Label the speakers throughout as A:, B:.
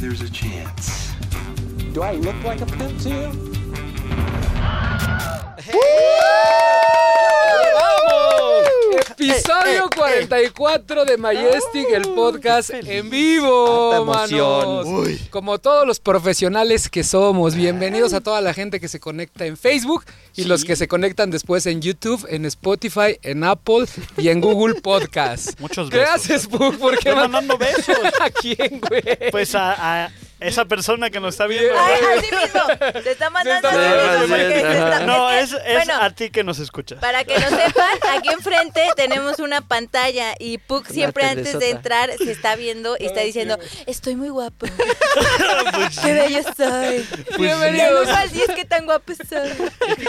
A: here's a chance.
B: Do I look like a pimp to you?
C: ¡Vamos!
D: Eh,
C: Episodio 44 de Majestic, el podcast en vivo.
E: Tanta emoción.
C: manos. Como todos los profesionales que somos, bienvenidos a toda la gente que se conecta en Facebook y los que se conectan después en YouTube, en Spotify, en Apple y en Google Podcast.
D: Muchos besos.
C: Gracias, Puck, porque
D: Estoy mandando besos.
C: ¿A quién, güey?
D: Pues a, a esa persona que nos está viendo.
F: Ay, así mismo. Se está mandando
C: Sí,
F: así mismo
E: así
F: porque
E: es,
F: se
E: ajá.
F: está-
D: No,
F: que-
D: es, es
F: bueno,
D: a ti que nos escuchas.
F: Para que lo sepan, aquí enfrente tenemos una pantalla y Puck siempre antes de
E: telesota.
F: entrar se está viendo y está diciendo, estoy muy guapo.
D: Pues
F: Qué bello soy. Del
C: Bienvenidos.
F: uno al 10, qué tan guapo soy.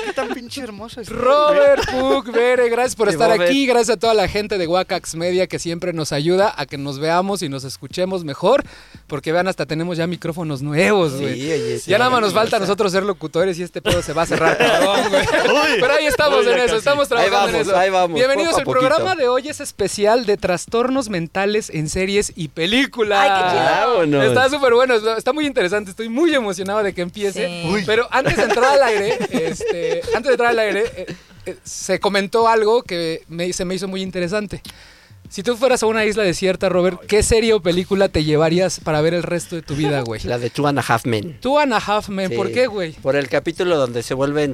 D: Qué tan pinche hermosa es.
C: pues, Robert Puck, Bere, gracias por
E: Sí,
C: estar
E: Robert.
C: aquí, gracias a toda la gente de Wacax Media que siempre nos ayuda a que nos veamos y nos escuchemos mejor, porque vean, hasta tenemos ya micrófonos nuevos, güey.
E: oye, sí,
C: ya nada más nos
E: cosa.
C: falta a nosotros ser locutores y este pedo se va a cerrar, cabrón, güey.
D: Uy,
C: Pero ahí estamos
D: uy,
C: en
D: ya
C: eso,
D: casi.
C: estamos trabajando
E: Ahí vamos,
C: en eso.
E: ahí vamos,
C: Bienvenidos,
E: poco a
C: el
E: poquito.
C: programa de hoy es especial de trastornos mentales en series y películas.
F: Ay, qué chido.
E: Vámonos.
C: Está súper bueno, está- está muy interesante, estoy muy emocionado de que empiece.
F: Sí. Uy.
C: Pero antes de entrar al aire, este, antes de entrar al aire, eh, eh, se comentó algo que me- se me hizo muy interesante. Si tú fueras a una isla desierta, Robert, ¿qué serie o película te llevarías para ver el resto de tu vida, güey?
E: La de Two and a Half Men.
C: Tú, Anna Huffman, Eh, ¿por
E: Sí.
C: qué, güey?
E: Por el capítulo donde se vuelven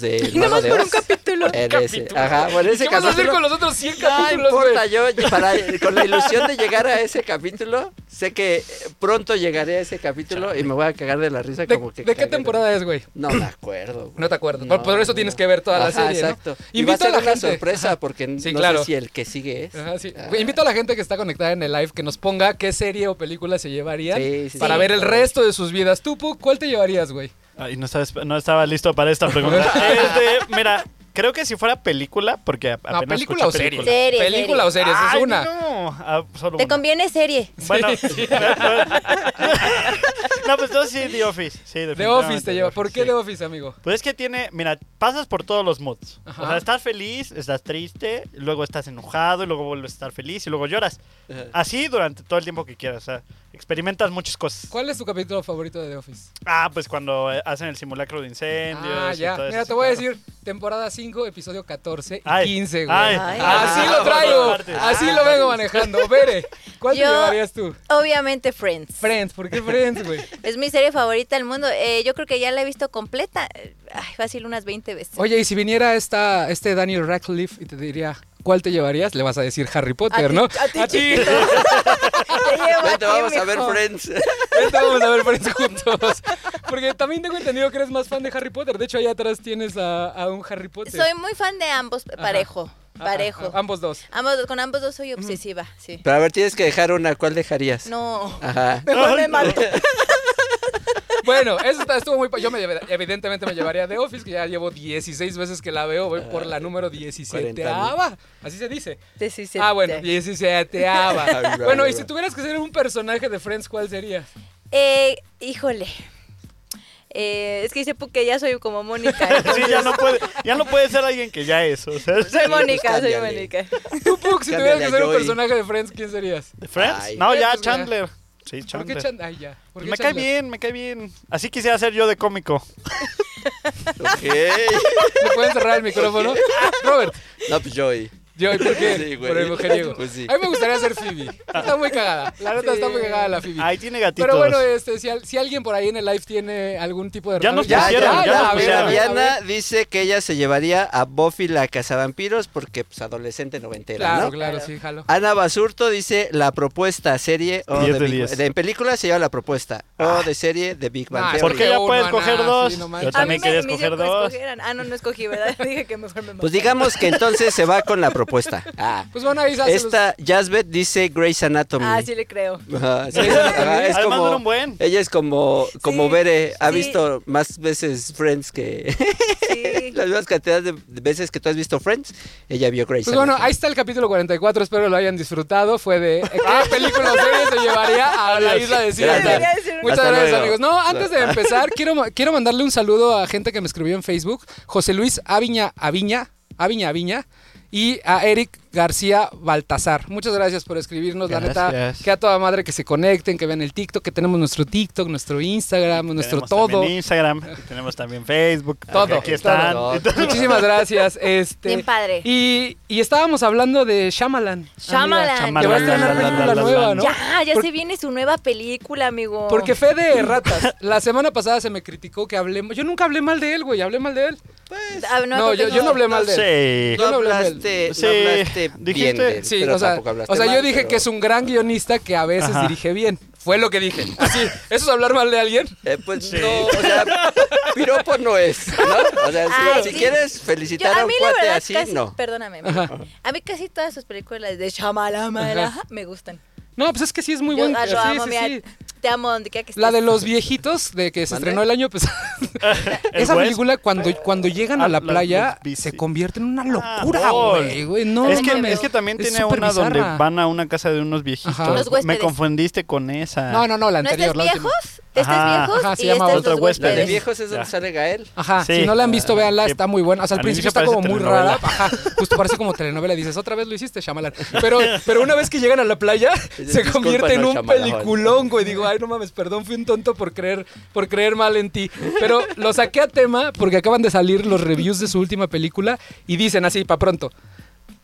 E: de.
F: Y nada más por un capítulo.
E: En ese. Ajá, bueno, ese
C: ¿Qué vas a hacer
E: capítulo-
C: con los otros 100
E: No
C: capítulos, güey?
E: importa, yo yo para, con la ilusión de llegar a ese capítulo, sé que eh, pronto llegaré a ese capítulo y me voy a cagar de la risa
C: ¿De,
E: como que...
C: de qué
E: cagué
C: temporada es, güey?
E: No me acuerdo. güey.
C: No te acuerdas. Por- por eso tienes que ver toda la serie, ¿no?
E: Exacto. Y va a
C: Invito a
E: ser
C: la
E: una
C: gente.
E: sorpresa
C: Ajá.
E: porque
C: Sí,
E: no
C: claro.
E: sé si el que sigue es.
C: Ajá, sí.
E: Ah,
C: Güey, Invito a la gente que está conectada en el live que nos ponga qué serie o película se llevarían
E: Sí, sí,
C: para
E: sí.
C: ver el resto de sus vidas. Tú, Puck, ¿cuál te llevarías, güey?
D: Ay, no, sabes- no estaba listo para esta pregunta. Es de- mira, creo que si fuera película, porque a- apenas
C: No, película o
D: escuché
C: serie.
D: película.
F: Serie,
C: película
F: serie.
C: o series,
D: Ay,
C: es una.
D: No, ah, solo
F: Te
D: una.
F: conviene serie.
D: Bueno, no, pues yo sí, The Office. Sí,
C: The
D: definitivamente
C: Office te
D: The
C: lleva. ¿Por qué
D: sí.
C: The Office, amigo?
D: Pues es que tiene, mira, pasas por todos los moods. O
C: Ajá.
D: sea, estás feliz, estás triste, luego estás enojado, y luego vuelves a estar feliz y luego lloras. Así durante todo el tiempo que quieras. O sea, experimentas muchas cosas.
C: ¿Cuál es tu capítulo favorito de The Office?
D: Ah, pues cuando eh, hacen el simulacro de incendios.
C: ah,
D: y
C: ya.
D: todo eso,
C: Mira, te
D: sí,
C: voy a
D: claro.
C: decir temporada 5, episodio 14 y
D: Ay,
C: 15, güey.
D: ay,
F: Ay. Ah,
C: Así lo
D: por
C: traigo,
D: todas partes.
C: así lo vengo manejando. Bere, ¿cuál te
F: Yo-
C: llevarías tú?
F: Obviamente Friends.
C: Friends, ¿por qué Friends, güey?
F: Es mi serie favorita del mundo. Eh, yo creo que ya la he visto completa. eh, Ay, fácil unas 20 veces.
C: Oye, y si viniera esta, este Daniel Radcliffe y te diría, ¿cuál te llevarías? Le vas a decir Harry Potter,
F: ti-
C: ¿no?
F: a ti,
C: ti.
F: Te llevo
E: Vente,
F: aquí,
E: vamos a ver
F: mijo.
E: Friends.
C: Ahorita vamos a ver Friends juntos. Porque también tengo entendido que eres más fan de Harry Potter. De hecho, allá atrás tienes a, a un Harry Potter.
F: Soy muy fan de ambos, parejo.
C: Ah,
F: Parejo.
C: ah, ambos dos.
F: Ambos dos- con ambos dos soy obsesiva, sí.
E: Pero a ver, tienes que dejar una. ¿Cuál dejarías?
F: No.
E: Ajá.
F: Mejor me mato.
C: Bueno, eso está- estuvo muy... pa- Yo me llevé- evidentemente me llevaría The Office, que ya llevo 16 veces que la veo. Voy por
E: Ah,
C: la número 17.
E: 40,000.
C: Así se dice.
F: Diecisiete.
C: Ah, bueno, 17.
E: Ay, bro,
C: Bueno, y
E: bro.
C: si tuvieras que ser un personaje de Friends, ¿cuál sería?
F: Eh, híjole. Eh, es que dice Puck que ya soy como Mónica.
D: Sí, ya no, puede, ya no puede ser alguien que ya es. O sea, es-
F: Soy Mónica, soy
E: cámbiale.
F: Mónica.
C: Tú, Puck, si tuvieras que
E: Cámbiale a
C: ser un
E: Joey.
C: personaje de Friends, ¿quién serías?
D: ¿Friends?
E: Ay.
D: no, ya,
C: Pues, mira.
D: Chandler. Sí,
C: ¿Por qué
D: Chandler.
C: Chan- Ay, ya. ¿Por qué
D: me cae
C: Chandler?
D: bien, me cae bien. Así quisiera ser yo de cómico.
E: Ok.
C: ¿Me pueden cerrar el micrófono? Robert,
E: No, pues Joey.
C: yo, ¿y ¿por qué?
E: Sí, güey.
C: Por el mujeriego.
E: Pues sí. Ah.
C: A mí me gustaría ser Phoebe. Está muy cagada. La neta está muy cagada la Phoebe.
D: Ahí tiene gatitos.
C: Pero bueno, este, si, al- si alguien por ahí en el live tiene algún tipo de...
D: Ya nos
E: Ya, ya,
D: pusieron,
E: ya,
D: ya
C: a
D: nos
C: ver,
D: pusieron.
C: a ver, a ver.
E: Diana dice que ella se llevaría a Buffy la cazavampiros porque, pues, adolescente noventera,
C: Claro,
E: ¿no?
C: claro, sí, jalo.
E: Ana Basurto dice la propuesta serie o
D: Diez
E: de
D: de
E: Big-
D: diez.
E: de- en película se lleva la propuesta o de serie de Big Bang
C: Ah,
E: Theory.
D: ¿Por qué
C: Yo
D: ya puedes
C: una,
D: coger
C: sí,
D: dos?
C: no manches.
D: Yo
C: A mí
D: también
F: me-
D: quería
F: me
D: escoger
F: hicieron que
D: dos.
F: escogieran. Ah, no, no escogí, ¿verdad? Dije que mejor me mato.
E: Pues digamos que entonces se va con la propuesta. Ah.
C: Pues bueno, ahí se hace los-
E: Esta Jasbet dice Grey's Anatomy.
F: Ah, sí le creo.
E: Ajá, sí, ajá,
D: Además,
E: es
D: dura
E: como,
D: un buen.
E: ella es como, como
F: Sí,
E: Bere, ha
F: sí.
E: visto más veces Friends que
F: Sí.
E: las mismas cantidades de de veces que tú has visto Friends, ella vio Grey's
C: Pues bueno,
E: Anatomy.
C: ahí está el capítulo 44, espero lo hayan disfrutado. Fue de eh, qué película o serie se llevaría a la isla de
F: Debería
C: Sierra.
F: decir una-
C: Muchas
E: Hasta
C: gracias,
E: luego.
C: amigos. No, antes de empezar, quiero, ma- quiero mandarle un saludo a gente que me escribió en Facebook. José Luis Aviña, Aviña, Aviña, Aviña. y a Eric García Baltasar. Muchas gracias por escribirnos, la neta.
D: Gracias.
C: Que a toda madre que se conecten, que vean el TikTok, que tenemos nuestro TikTok, nuestro Instagram, nuestro
D: Tenemos
C: todo.
D: También Instagram, y tenemos también Facebook.
C: Todo,
D: Aquí están.
E: todo.
D: Entonces,
C: Muchísimas gracias. Este,
F: Bien padre.
C: Y, y estábamos hablando de Shyamalan.
F: Shyamalan.
C: amiga, Que va a estrenar
D: Shyamalan,
C: película
D: la, la, la,
C: nueva,
D: la,
C: ¿no?
F: Ya, ya
C: Por-
F: se viene su nueva película, amigo. Ah,
C: Porque Fede de ratas, la semana pasada se me criticó que hablé. Yo nunca hablé mal de él, güey. Hablé mal de él.
F: Ah,
C: No,
F: te
C: yo,
F: tengo-
C: yo no hablé mal de él.
D: sí.
C: Yo
E: No
C: no hablé de él.
E: hablaste, no
D: Sí,
E: hablaste bien
D: dijiste-
E: de él,
C: Sí,
E: pero
C: o sea,
E: tampoco hablaste
C: o sea, yo
E: mal,
C: dije
E: pero-
C: que es un gran guionista que a veces
D: Ajá.
C: dirige bien. Fue lo que dije. Así, ¿eso es hablar mal de alguien?
E: Eh, pues
D: Sí.
E: no, o sea, piropo no es, ¿no? O sea, si,
F: Ay,
E: si
F: sí.
E: quieres
F: Yo-
E: felicitar
F: a
E: a un
F: mí la
E: cuate
F: verdad
E: así,
F: casi,
E: no.
F: perdóname, amigo.
C: Ajá.
F: a mí casi todas sus películas de Shamalamala me gustan.
C: No, pues es que sí es muy
F: Yo
C: buen.
F: ah,
C: sí,
F: lo amo,
C: sí,
F: mira,
C: sí.
F: te amo donde quiera que estés.
C: La de los viejitos, de que se
E: ¿Mande?
C: estrenó el año pasado.
D: El
C: Esa
D: West.
C: película, cuando, cuando llegan a
D: Ah,
C: la
D: las-
C: playa,
D: los bici.
C: se convierte en una
D: Ah,
C: locura,
D: gol.
C: güey. güey. No,
D: es, que,
C: mames.
D: es que también
C: Es
D: tiene
C: súper
D: una donde
C: bizarra.
D: van a una casa de unos viejitos.
C: Ajá.
F: Los huéspedes.
D: Me confundiste con esa.
C: No, no, no, la
F: ¿No estás
C: anterior, la última.
F: viejos? Estás
D: Ajá.
F: viejos
C: Ajá, se
F: y
C: llama
F: estás
D: Otra
F: los
D: huésped.
E: La de
D: Ustedes.
E: viejos es donde
D: Ya.
E: sale Gael.
C: Ajá,
D: Sí.
C: si no la han visto,
D: Ah,
C: véanla,
D: que
C: está muy buena. O sea, al
D: al
C: principio
D: inicio
C: está como
D: parece
C: muy rara.
D: telenovela.
C: Ajá, justo parece como telenovela. Dices, otra vez lo hiciste, Shyamalan. Pero, pero una vez que llegan a la playa,
E: Dices,
C: se convierte en
E: "Discúlpanos,
C: un
E: Shyamalan".
C: peliculón, güey. Digo, ay, no mames, perdón, fui un tonto por creer, por creer mal en ti. Pero lo saqué a tema porque acaban de salir los reviews de su última película y dicen así, pa' pronto.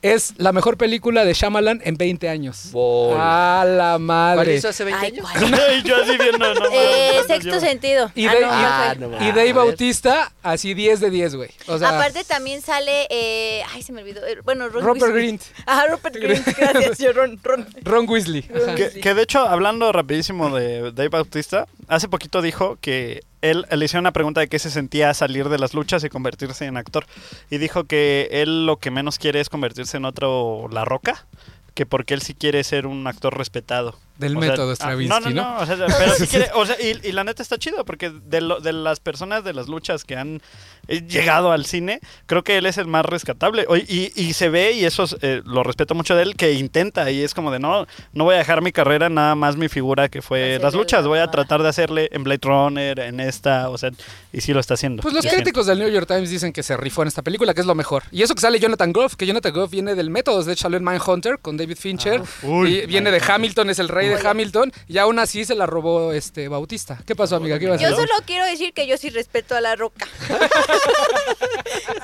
C: Es la mejor película de Shyamalan en 20 años.
E: Bol.
C: A la
E: ¿Cuál
C: madre.
E: hizo hace 20
F: Ay,
E: años?
F: ¿cuál?
D: Y yo así viendo, no,
F: Eh,
D: mames,
F: sexto
D: yo-
F: sentido.
C: Y
F: Ah,
C: de-
F: no,
C: y-
F: ya fue.
E: Ah, no,
C: Y
E: mames.
C: Dave Bautista, así 10 de 10, güey. O sea,
F: Aparte también sale, eh, ay, se me olvidó, eh, bueno, Ron
C: Rupert
F: Weasley.
C: Grint.
F: Ah, Rupert Grint, gracias, yo Ron, Ron.
C: Ron Weasley. Ajá.
D: Que, que de hecho, hablando rapidísimo de Dave Bautista, hace poquito dijo que él le hicieron una pregunta de qué se sentía salir de las luchas y convertirse en actor. Y dijo que él lo que menos quiere es convertirse en otro La Roca, que porque él sí quiere ser un actor respetado.
C: Del
D: sea,
C: método
D: ah,
C: Stravinsky,
D: no,
C: ¿no?
D: no, o sea, pero sí quiere- o sea, y, y la neta está chido, porque de, lo- de las personas de las luchas que han eh, llegado al cine, creo que él es el más rescatable. Oye, Y, y se ve, y eso es, eh, lo respeto mucho de él, que intenta, y es como de no, no voy a dejar mi carrera, nada más mi figura que fue
F: Hacerle
D: las luchas,
F: la
D: voy a
F: mamada.
D: tratar de hacerle en Blade Runner, en esta, o sea, y sí lo está haciendo.
C: Pues los
D: Lo siento.
C: críticos del New York Times dicen que se rifó en esta película, que es lo mejor. Y eso que sale Jonathan Groff, que Jonathan Groff viene del método de Charlotte Mindhunter con David Fincher.
D: Ah, Uy,
C: y viene de
D: Mindhunter.
C: Hamilton, es el rey de Hamilton. Y aún así se la robó este Bautista. ¿Qué pasó, amiga? ¿Qué ibas a
F: Yo
C: decir?
F: solo quiero decir que yo sí respeto a La Roca.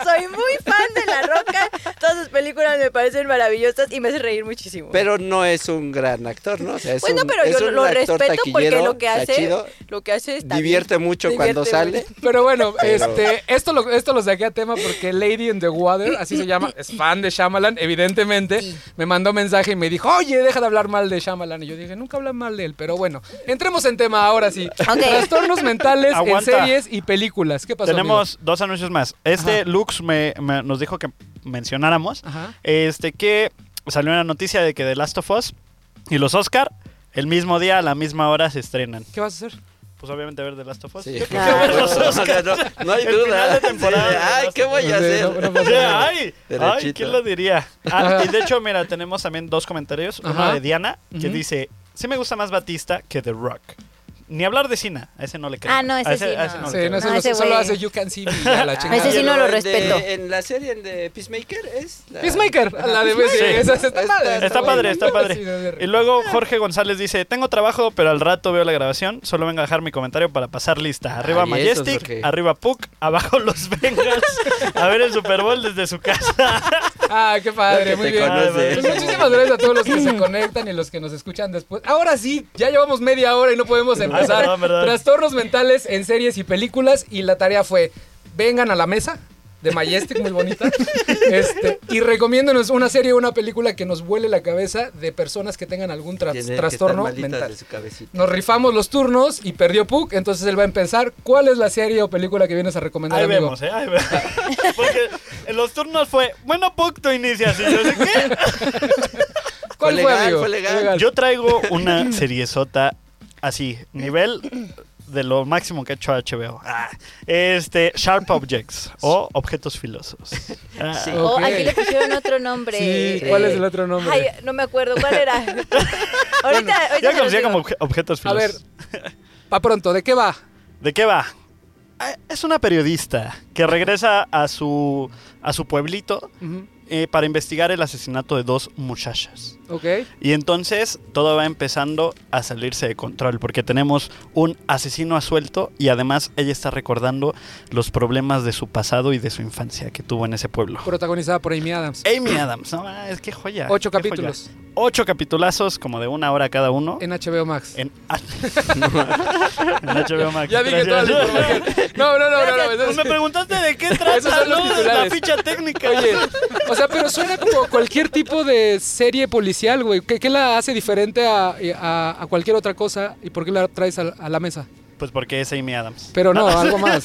F: Soy muy fan de La Roca. Todas sus películas me parecen maravillosas y me hace reír muchísimo.
E: Pero no es un gran actor, ¿no? O sea, es
F: bueno,
E: un-
F: pero
E: es
F: yo
E: un
F: lo
E: actor
F: respeto porque
E: taquillero,
F: lo que
E: está
F: hace,
E: chido,
F: lo que hace está
E: divierte mucho cuando sale.
C: Pero bueno,
E: Pero-
C: este, esto, lo, esto lo saqué a tema porque Lady in the Water, así se llama, es fan de Shyamalan, evidentemente. Me mandó mensaje y me dijo, oye, deja de hablar mal de Shyamalan. Y yo dije, nunca habla mal de él. Pero bueno, entremos en tema ahora sí. Trastornos mentales en
D: Aguanta.
C: series y películas. ¿Qué pasó?
D: Tenemos dos anuncios más. Este
C: Ajá.
D: Lux me, me- nos dijo que mencionáramos.
C: amigo? Ajá.
D: Este que salió una noticia de que The Last of Us y los Oscar el mismo día a la misma hora se estrenan.
C: ¿Qué vas a hacer?
D: pues obviamente ver The Last of Us.
E: Sí.
D: Yo creo que ver los
E: O
D: Oscars.
E: sea, no, no hay
D: El final
E: duda.
D: de temporada.
E: Sí, Ay, ¿qué voy a
C: Sí,
E: hacer?
C: no, no pasa
D: O sea, ay, ay,
E: Derechito.
D: ¿quién lo diría? Ah, y de hecho, mira, tenemos también dos comentarios.
C: Ajá.
D: Uno de Diana,
C: Ujú.
D: que dice, sí me gusta más Batista que The Rock. Ni hablar de Cina, a ese no le creo.
F: Ah, no, ese
D: A
F: sí,
D: a
F: no.
D: ese
C: Sí,
D: le creo.
C: no,
F: No,
C: eso lo-
F: ese
C: solo
F: güey.
C: hace You Can See Me. a la chingada.
F: ese sí no
E: Pero
F: lo
E: el de-
F: respeto.
E: en la serie el de Peacemaker es. la-
C: Peacemaker, a la de sí, esa- esa está,
E: Está-
C: padre.
E: está
C: buena.
D: padre, está padre.
C: Sí, no, de
D: Y
C: re-
D: luego Jorge González dice, tengo trabajo, pero al rato veo la grabación. Solo vengo a dejar mi comentario para pasar lista. Arriba
E: Ay, eso es lo
D: Majestic,
E: que-
D: arriba Puck, abajo los Bengals. a ver el Super Bowl desde su casa.
C: Ah, qué
E: Lo
C: padre,
E: que
C: muy
E: te
C: bien.
E: conoce.
C: Pues muchísimas gracias a todos los que se conectan y los que nos escuchan después. Ahora sí, ya llevamos media hora y no podemos empezar.
D: perdón, perdón.
C: Trastornos mentales en series y películas. Y la tarea fue: vengan a la mesa de Majestic, muy bonita. Este, y recomiéndonos una serie o una película que nos vuele la cabeza de personas que tengan algún tras-
E: Tiene que
C: trastorno
E: estar malita
C: mental.
E: de su cabecita.
C: Nos rifamos los turnos y perdió Puck, entonces él va a pensar cuál es la serie o película que vienes a recomendar,
D: Ahí
C: amigo.
D: vemos, ¿eh? Ahí vemos. Porque en los turnos fue, bueno, Puck, tú inicias. Y yo, ¿sí qué?
C: ¿Cuál fue,
E: Fue legal,
C: amigo?
E: fue legal.
D: Yo traigo una seriezota así, nivel de lo máximo que ha hecho HBO. Ah, este, Sharp Objects o Objetos Filosos. Ah,
E: Sí.
F: Oh,
C: Ok.
F: aquí le pusieron otro nombre.
C: Sí, ¿cuál es el otro nombre?
F: Ay, no me acuerdo cuál era. ahorita, ahorita
D: Ya
F: se los
D: conocía
F: digo.
D: como obje- Objetos
C: A
D: Filosos.
C: ver, pa pronto, ¿de qué va?
D: ¿De qué va? Ah, Es una periodista que regresa a su, a su pueblito
C: Ujú.
D: eh, para investigar el asesinato de dos muchachas.
C: Ok.
D: Y entonces todo va empezando a salirse de control porque tenemos un asesino a suelto y además ella está recordando los problemas de su pasado y de su infancia que tuvo en ese pueblo.
C: Protagonizada por Amy Adams.
D: Amy Adams, no, ah, es que joya.
C: Ocho
D: qué joya.
C: capítulos
D: Ocho capitulazos como de una hora cada uno.
C: en HBO Max.
D: En, en HBO Max.
C: Ya dije toda
D: Gracias.
C: la información. No, no, no, no. no,
D: Pues
C: entonces-
D: me preguntaste de qué trata
C: son los
D: ¿no? la
C: titulares.
D: ficha técnica.
C: Oye, o sea, pero suena como cualquier tipo de serie policial, güey. ¿Qué, qué la hace diferente a, a- a cualquier otra cosa y por qué la traes a, a la mesa?
D: Pues porque es Amy Adams.
C: Pero no, algo más.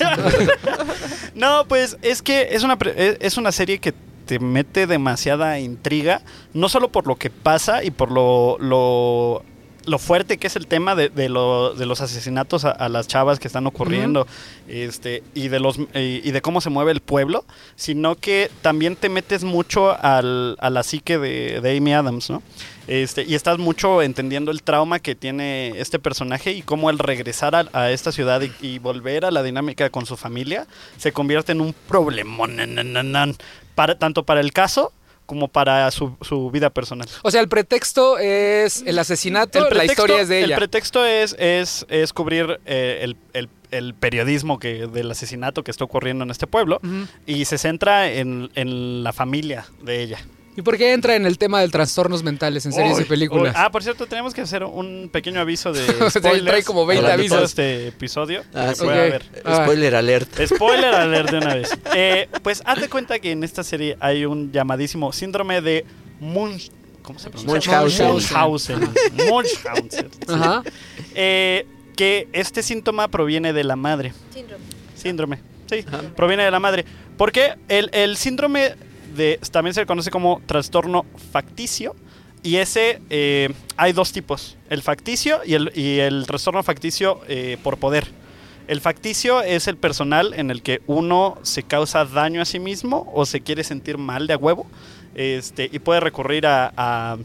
D: No, pues es que es una, pre- e, es- es una serie que te mete demasiada intriga, no solo por lo que pasa y por lo, lo, lo fuerte que es el tema de, de lo- de los asesinatos a, a las chavas que están ocurriendo este, y, de los, eh, y de cómo se mueve el pueblo, sino que también te metes mucho al, a la psique de, de Amy Adams, ¿no? Este, y estás mucho entendiendo el trauma que tiene este personaje y cómo al regresar a, a esta ciudad y, y volver a la dinámica con su familia se convierte en un problemón nan, nan, nan, nan, para, tanto para el caso como para su, su vida personal.
C: O sea, el pretexto es el asesinato, la historia es de
D: El
C: ella.
D: pretexto es, es, es cubrir eh, el, el- el periodismo que, del asesinato que está ocurriendo en este pueblo
C: Ujú.
D: y se centra en, en la familia de ella.
C: ¿Y por qué entra en el tema del trastornos mentales en series
D: Uy,
C: y películas?
D: uy. Ah, por cierto, tenemos que hacer un pequeño aviso de
C: sea,
D: spoilers.
C: trae como 20
D: durante todo
C: avisos.
D: este episodio.
E: Ah,
D: que
E: sí.
D: pueda
C: Ok.
D: haber.
C: Ah.
E: Spoiler alert.
D: Spoiler alert de una vez. Eh, pues hazte cuenta que en esta serie hay un llamadísimo síndrome de Munch... ¿Cómo se pronuncia?
E: Munchausen.
D: Munchausen. Munchausen. sí.
C: Ajá.
D: Eh, que este síntoma proviene de la madre.
F: Síndrome.
D: Síndrome. Sí, proviene de la madre. Porque el, el síndrome de, también se le conoce como trastorno facticio. Y ese eh, hay dos tipos: el facticio y el, y el trastorno facticio eh, por poder. El facticio es el personal en el que uno se causa daño a sí mismo o se quiere sentir mal de a huevo este, y puede recurrir a, a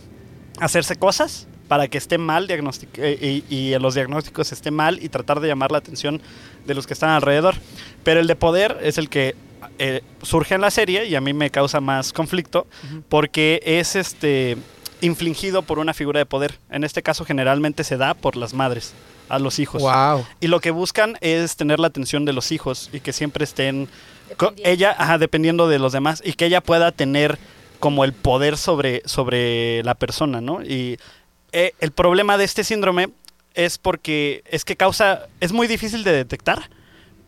D: hacerse cosas para que esté mal diagnostic- eh, y, y en los diagnósticos esté mal y tratar de llamar la atención de los que están alrededor. Pero el de poder es el que eh, surge en la serie y a mí me causa más conflicto porque es este infligido por una figura de poder. En este caso generalmente se da por las madres a los hijos.
C: Wow.
D: Y lo que buscan es tener la atención de los hijos y que siempre estén co-
F: Dependiendo.
D: ella, ajá, dependiendo de los demás, y que ella pueda tener como el poder sobre, sobre la persona, ¿no? Y eh, el problema de este síndrome es porque es que causa, es muy difícil de detectar,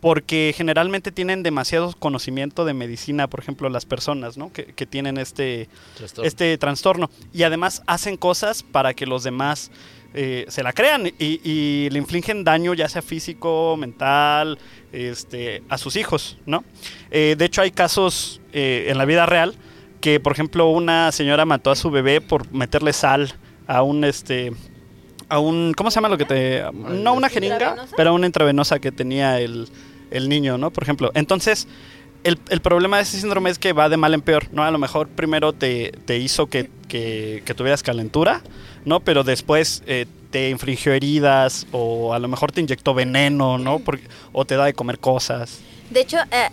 D: porque generalmente tienen demasiado conocimiento de medicina, por ejemplo, las personas, ¿no? Que, que tienen este, este trastorno. Y además hacen cosas para que los demás eh, se la crean y, y le infligen daño, ya sea físico, mental, este, a sus hijos, ¿no? Eh, de hecho, hay casos eh, en la vida real que, por ejemplo, una señora mató a su bebé por meterle sal a un este. A un, ¿cómo se llama lo que te.? No una jeringa,
F: ¿Intravenosa?
D: pero una intravenosa que tenía el, el niño, ¿no? Por ejemplo. Entonces, el, el problema de ese síndrome es que va de mal en peor, ¿no? A lo mejor primero te, te hizo que, que- que tuvieras calentura, ¿no? Pero después eh, te infligió heridas o a lo mejor te inyectó veneno, ¿no? Porque, o te da de comer cosas.
F: De hecho, eh,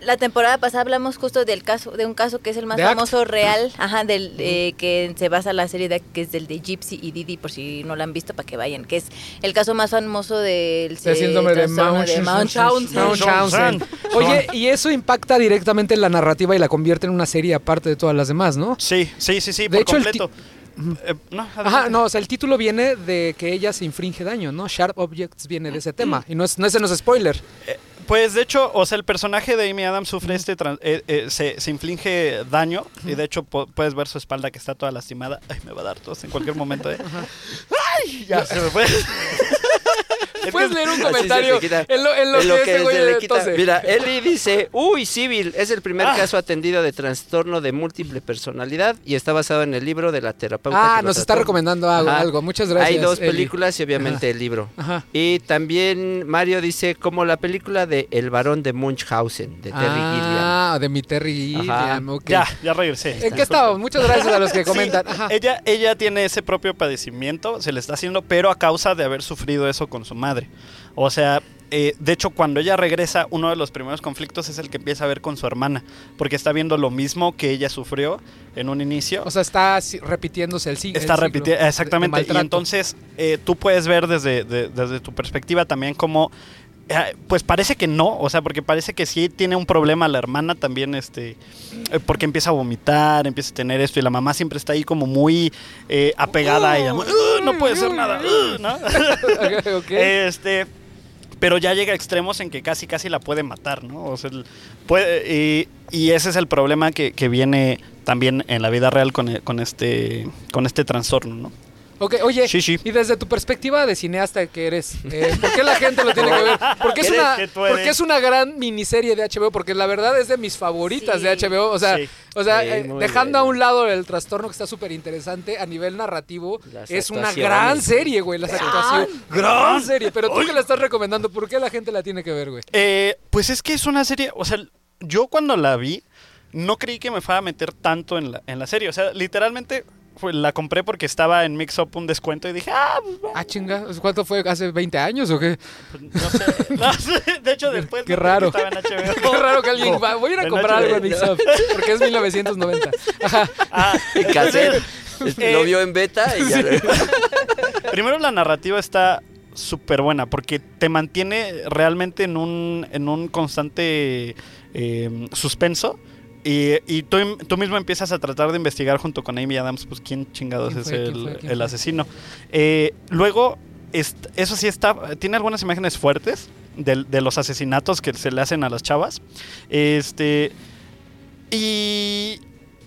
F: la temporada pasada hablamos justo del caso, de un caso que es el más
C: De Act.
F: famoso real, ajá, del eh, que se basa la serie de Act, que es del de Gypsy y Didi, por si no la han visto, para que vayan, que es el caso más famoso del eh,
C: Está síndrome de
F: trastorno de
C: Munchausen.
F: Munchausen.
C: Munchausen. Oye, y eso impacta directamente en la narrativa y la convierte en una serie aparte de todas las demás, ¿no?
D: Sí, sí, sí, sí,
C: De
D: por
C: hecho, el ti-
D: completo. Eh, no,
C: Ajá, no, o sea, el título viene de que ella se infringe daño, ¿no? Sharp Objects viene de ese tema. Y no es, no ese no es spoiler.
D: Pues de hecho, o sea, el personaje de Amy Adams sufre este. tran- eh, eh, se, se inflige daño. Y de hecho, po- puedes ver su espalda que está toda lastimada. Ay, me va a dar tos en cualquier momento, ¿eh? ¡Ay! Ya se me fue. Es
C: Puedes
D: que-
C: leer un
E: así se
C: comentario
E: le quita.
C: en lo, en lo
E: Es
C: que, este
E: se
C: güey
E: le
C: le
E: quita.
C: tose.
E: Mira, Eli dice, uy, Civil, es el primer
D: Ah.
E: caso atendido de trastorno de múltiple personalidad y está basado en el libro de la terapeuta.
C: Ah,
E: que lo
C: nos está
E: trató.
C: recomendando algo,
E: Ajá.
C: algo. Muchas gracias.
E: Hay dos
C: Eli.
E: películas y obviamente el libro.
C: Ajá.
E: Y también Mario dice, como la película de El varón de Munchausen, de Terry Gilliam.
C: ah, de mi Terry Gilliam.
E: Ajá.
C: ok.
D: Ya, ya regresé.
C: ¿En qué estábamos? Muchas gracias a los que comentan.
D: Sí,
C: Ajá.
D: Ella, ella tiene ese propio padecimiento, se le está haciendo, pero a causa de haber sufrido eso con su madre. O sea, eh, de hecho, cuando ella regresa, uno de los primeros conflictos es el que empieza a ver con su hermana, porque está viendo lo mismo que ella sufrió en un inicio.
C: O sea, está así repitiéndose el sí- el ciclo.
D: Está repitiendo,
C: de- de
D: exactamente. y
C: maltrato.
D: entonces eh, tú puedes ver desde, de- desde tu perspectiva también como, eh, pues parece que no, o sea, porque parece que sí tiene un problema la hermana también, este, eh, porque empieza a vomitar, empieza a tener esto y la mamá siempre está ahí como muy eh, apegada a ella, muy, "Uh, no puede ser nada, uh", ¿no?
C: Ok, ok.
D: Este, pero ya llega a extremos en que casi casi la puede matar, ¿no? O sea, el- puede, y, y ese es el problema que, que viene también en la vida real con, e- con este con este trastorno, ¿no?
C: Ok, oye,
D: Sí, sí.
C: y desde tu perspectiva de cineasta que eres, eh, ¿por qué la gente lo tiene que ver? Porque es,
D: ¿Crees
C: una,
D: que tú
C: porque
D: eres?
C: es una gran miniserie de HBO, porque la verdad es de mis favoritas
F: Sí.
C: de HBO. O sea,
D: Sí.
C: o sea
E: Sí,
C: eh,
E: muy
C: dejando a
E: buena.
C: un lado el trastorno que está súper interesante a nivel narrativo,
E: Las
C: es una
E: actuaciones.
C: gran serie, güey, las actuaciones. Gran serie, pero tú que la estás recomendando, ¿por qué la gente la tiene que ver, güey?
D: Eh, pues es que es una serie, o sea, yo cuando la vi no creí que me fuera a meter tanto en la, en la serie, o sea, literalmente fue- la compré porque estaba en Mix Up un descuento y dije, ah,
C: Ah, chinga, ¿cuánto fue? ¿Hace 20 años o qué?
D: pues, no sé. No sé. De hecho, después
C: Qué
D: me enteré que
C: raro.
D: estaba en HBO.
C: Qué raro que alguien
D: No,
C: va. Voy a ir a
D: en
C: comprar
D: HBO.
C: algo en Mixup, porque es 1990. Ajá.
D: Ah,
E: Cassette. Lo
D: eh,
E: vio en beta y ya.
D: Primero la narrativa está súper buena porque te mantiene realmente en un, en un constante eh, suspenso. Y, y tú, em- tú mismo empiezas a tratar de investigar junto con Amy Adams, pues quién chingados
C: ¿Quién
D: es
C: fue? ¿Quién
D: el,
C: fue? ¿Quién
D: el
C: fue?
D: asesino. Eh, luego, est- eso sí está, tiene algunas imágenes fuertes del- de, los asesinatos que se le hacen a las chavas. Este, y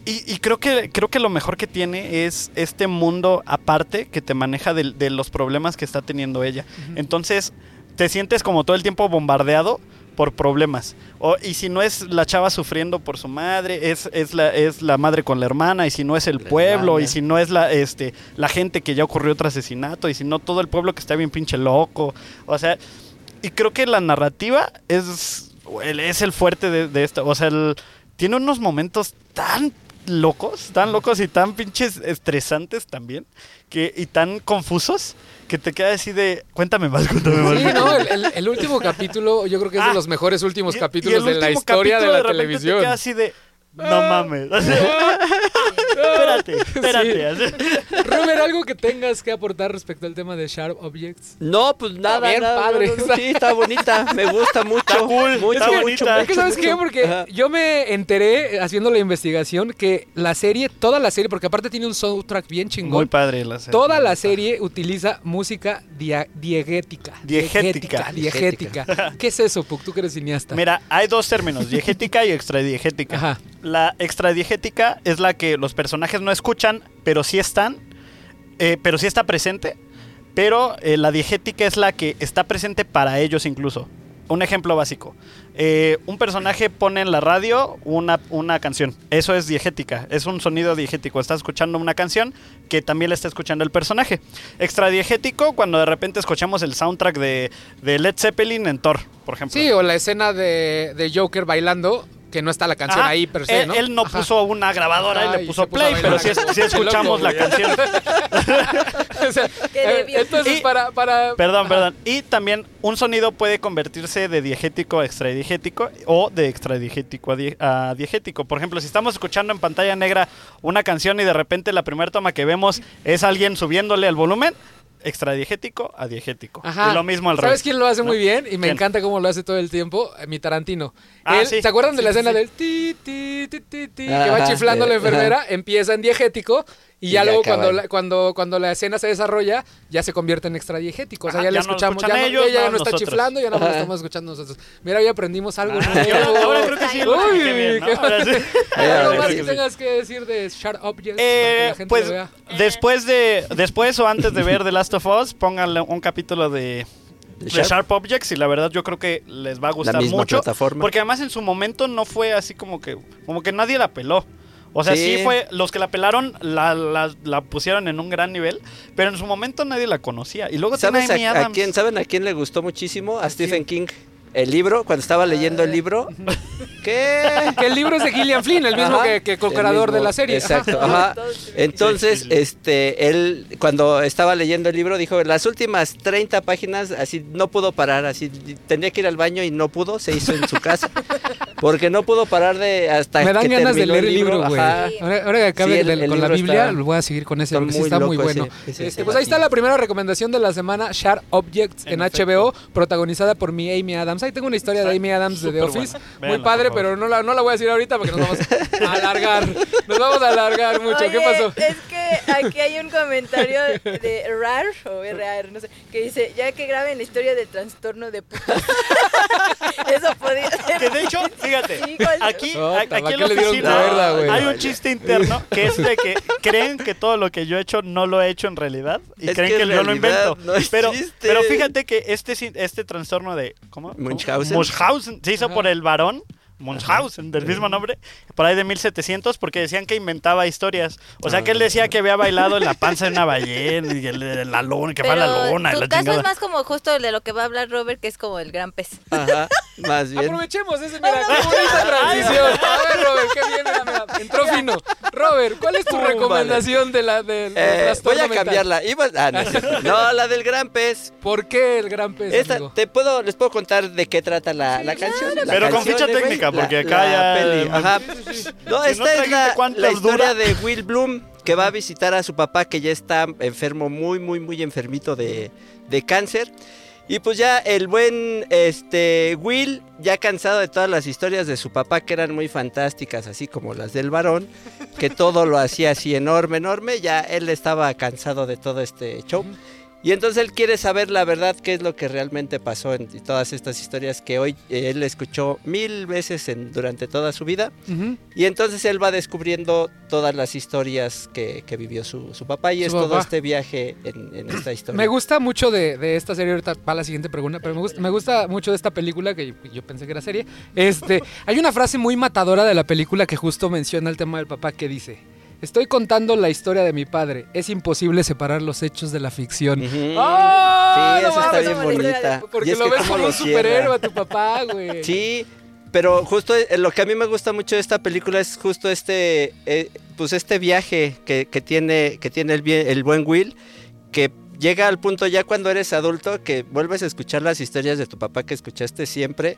D: y, y creo que creo que lo mejor que tiene es este mundo aparte que te maneja del- de, los problemas que está teniendo ella. Entonces, te sientes como todo el tiempo bombardeado por problemas. O- y si no es la chava sufriendo por su madre, es, es, la, es la madre con la hermana, y si no es el
E: La
D: pueblo,
E: hermana.
D: y si no es la, este, la gente que ya ocurrió otro asesinato, y si no todo el pueblo que está bien pinche loco. O sea, y creo que la narrativa es, el- es el fuerte de, de esto. O sea, el- tiene unos momentos tan locos, tan locos y tan pinches estresantes también, que, y tan confusos, que te queda así de, cuéntame más, cuéntame más.
C: Sí, no, el, el- el último capítulo yo creo que es de
D: Ah,
C: los mejores últimos
D: Y-
C: capítulos
D: y el
C: de la
D: último
C: historia de
D: capítulo
C: la
D: repente
C: televisión.
D: Te queda así de, no mames. Así, espérate, espérate. así.
C: Robert, algo que tengas que aportar respecto al tema de Sharp Objects.
E: No, pues nada,
C: bien
E: nada,
C: padre.
E: no, no, no, sí, está bonita, me gusta mucho. Está
D: cool,
E: mucho,
D: está
E: mucho,
D: bonita.
E: mucho,
C: Es que sabes qué,
E: mucho.
C: porque
E: Ajá.
C: yo me enteré eh, haciendo la investigación que la serie, toda la serie, porque aparte tiene un soundtrack bien chingón.
D: Muy padre la serie.
C: Toda la serie utiliza música dia- diegética.
D: Diegética.
C: Diegética. diegética. ¿Qué es eso, Puck? Tú que eres cineasta.
D: Mira, hay dos términos, diegética y extradiegética.
C: Ajá.
D: La extradiegética es la que los personajes no escuchan, pero sí están, eh, pero sí está presente. Pero eh, la diegética es la que está presente para ellos incluso. Un ejemplo básico. Eh, un personaje pone en la radio una, una canción. Eso es diegética. Es un sonido diegético. Está escuchando una canción que también la está escuchando el personaje. Extradiegético cuando de repente escuchamos el soundtrack de, de Led Zeppelin en Thor, por ejemplo.
C: Sí, o la escena de, de Joker bailando, que no está la canción
D: Ajá.
C: ahí, pero se,
D: él,
C: ¿no?
D: él no
C: Ajá.
D: puso una grabadora
C: Ajá,
D: y
C: y
D: le
C: se
D: puso
C: puso a
D: play, pero
C: bailar.
D: sí, es- sí
C: Qué loco,
D: escuchamos la
C: güey.
D: canción.
C: O sea,
F: Qué
C: eh,
F: nervios.
C: entonces,
D: Y-
C: para, para.
D: Perdón,
C: Ajá.
D: perdón. Y también un sonido puede convertirse de diegético a extradiegético o de extradiegético a, die- a diegético. Por ejemplo, si estamos escuchando en pantalla negra una canción y de repente la primera toma que vemos es alguien subiéndole el volumen, extradiegético a diegético.
C: Ajá.
D: Y lo mismo al
C: ¿Sabes
D: revés.
C: quién lo hace muy
D: No.
C: bien? Y me
D: ¿Quién?
C: encanta cómo lo hace todo el tiempo, eh, mi Tarantino.
D: Ah,
C: Él-
D: sí.
C: ¿Se acuerdan de la
D: Sí,
C: escena
D: sí.
C: del ti, ti, ti, ti, ti, que va
E: Ajá,
C: chiflando la
E: eh,
C: enfermera? Empieza en diegético y,
E: Y
C: ya
E: ya
C: luego
E: acaba
C: cuando
E: ahí.
C: la, cuando, cuando la escena se desarrolla, ya se convierte en extradiegético. O sea,
D: Ajá,
C: ya, la
D: Ah, ya no lo
C: escuchamos.
D: escuchan
C: ya,
D: ellos,
C: no, ella ya
D: nada,
C: no está
D: nosotros.
C: chiflando, ya no lo
E: Ajá.
C: estamos escuchando nosotros. Mira, hoy aprendimos algo.
D: Ah, yo
C: nuevo.
D: ahora creo que sí lo
C: Uy,
D: expliqué bien, ¿no?
C: qué
D: Ahora sí.
E: Ahora
C: ¿Algo
E: sí
C: más
E: que
C: que
E: sí.
C: tengas que decir de Sharp Objects? para que
D: Eh,
C: la gente
D: pues
C: lo vea?
D: después de después o antes de ver The Last of Us, pónganle un capítulo de, de Sharp.
E: Sharp.
D: Objects y la verdad yo creo que les va a gustar
E: La misma
D: mucho.
E: plataforma.
D: Porque además en su momento no fue así como que como que nadie la peló. O sea, sí,
E: Sí.
D: fue, los que la pelaron la, la- la pusieron en un gran nivel, pero en su momento nadie la conocía. Y luego tiene
E: ¿Sabes
D: Amy
E: a, a
D: Adams.
E: quién, ¿Saben a quién le gustó muchísimo? A Stephen King. el libro, cuando estaba leyendo el libro, ¿qué?
C: Que el libro es de Gillian Flynn, el mismo
E: Ajá,
C: que, que
E: el
C: co-creador
E: mismo,
C: de la serie. ajá.
E: Exacto, ajá. Entonces, este, él, cuando estaba leyendo el libro, dijo, las últimas 30 páginas, así no pudo parar, así tenía que ir al baño y no pudo, se hizo en su casa, porque no pudo parar de hasta
C: Me dan
E: que
C: ganas de
E: terminó
C: leer el libro, güey.
E: ajá.
C: Ahora, ahora que acabe
E: Sí, el-
C: de- con
E: el
C: la
E: libro
C: Biblia,
E: está-
C: lo voy a seguir con ese
E: está
C: porque sí
E: muy
C: está muy
E: loco ese-
C: bueno.
E: ese-
C: Este,
E: ese
C: pues ahí está
E: batido.
C: la primera recomendación de la semana, Sharp Objects en,
D: En
C: HBO, protagonizada por mi Amy Adams. Ahí tengo una historia de
D: Está
C: Amy Adams de The
D: súper
C: Office,
D: buena.
C: muy
D: Véanla,
C: padre,
D: por
C: pero
D: favor.
C: no la, no la voy a decir ahorita porque nos vamos a alargar. Nos vamos a alargar mucho. ¿Qué
A: Oye,
C: pasó?
A: Es que aquí hay un comentario de RAR o RAR, no sé, que dice, ya que graben la historia del trastorno de puta. Eso podía
D: Que
A: ser.
D: de hecho,
A: Sí,
D: fíjate,
A: ¿cuál?
D: aquí,
C: No,
D: a- aquí
C: ¿para
D: en
C: qué
D: la
C: le dieron
D: oficina
C: cuerda, güey?
D: hay un chiste interno que es de que creen que todo lo que yo he hecho no lo he hecho en realidad y
E: Es
D: creen
E: que
D: que,
E: en
D: yo lo
E: realidad
D: invento.
E: no
D: pero,
E: existe.
D: pero fíjate que este, sin- este trastorno de. ¿Cómo? ¿Cómo?
E: Munchausen.
D: Munchausen se hizo
C: Ajá.
D: por el varón. Munchausen, del mismo nombre, por ahí de 1700, porque decían que inventaba historias. O sea,
C: Ah.
D: que él decía que había bailado en la panza de una ballena y el- el- la luna, que fue a la luna, y
F: tu
D: la
F: caso
D: chingada.
F: es más como justo de lo que va a hablar Robert, que es como el gran pez.
E: Ajá, más bien.
C: Aprovechemos ese, mira, qué bonita transición. A ver, Robert, qué bien, mira, mira, entró fino. Robert, ¿cuál es tu
E: Vale.
C: recomendación de la del del
E: Eh, voy
C: trastorno
E: a
C: mental?
E: cambiarla. Iba- ah, no, es cierto. no, la del gran pez.
C: ¿Por qué el gran pez,
E: Esta,
C: amigo?
E: te puedo, les puedo contar de qué trata la, la canción. la
D: Pero con
E: canción,
D: ficha
E: eh, güey,
D: técnica,
E: la-
D: porque acá
E: la
D: ya-
E: peli, ajá. No,
D: Si no
E: esta es
D: trajiste
E: la,
D: cuántas
E: la historia
D: dura.
E: de Will Bloom, que va a visitar a su papá, que ya está enfermo, muy, muy, muy enfermito de, de cáncer. Y pues ya el buen este, Will, ya cansado de todas las historias de su papá, que eran muy fantásticas, así como las del varón, que todo lo hacía así enorme, enorme, ya él estaba cansado de todo este show. Y entonces él quiere saber la verdad, qué es lo que realmente pasó en todas estas historias que hoy eh, él escuchó mil veces en- durante toda su vida.
C: Ujú.
E: Y entonces él va descubriendo todas las historias que, que vivió su, su papá y
C: Su
E: es todo
C: papá.
E: este viaje en, en esta historia.
C: Me gusta mucho de, de esta serie, ahorita va la siguiente pregunta, pero me gusta, me gusta mucho de esta película, que yo, yo pensé que era serie. Este, hay una frase muy matadora de la película que justo menciona el tema del papá que dice, estoy contando la historia de mi padre, es imposible separar los hechos de la ficción.
E: Ujú.
C: ¡Ah,
E: sí,
C: no
E: eso está
C: mames!
E: bien
A: como la historia de-
E: bonita.
C: Porque
E: Y es
C: lo
E: que
C: ves
E: cómo
C: como
E: lo
C: un
E: cierra.
C: superhéroe a tu papá, güey.
E: Sí, pero justo eh, lo que a mí me gusta mucho de esta película es justo este, eh, pues este viaje que, que tiene, que tiene el, bien- el buen Will, que llega al punto ya cuando eres adulto que vuelves a escuchar las historias de tu papá que escuchaste siempre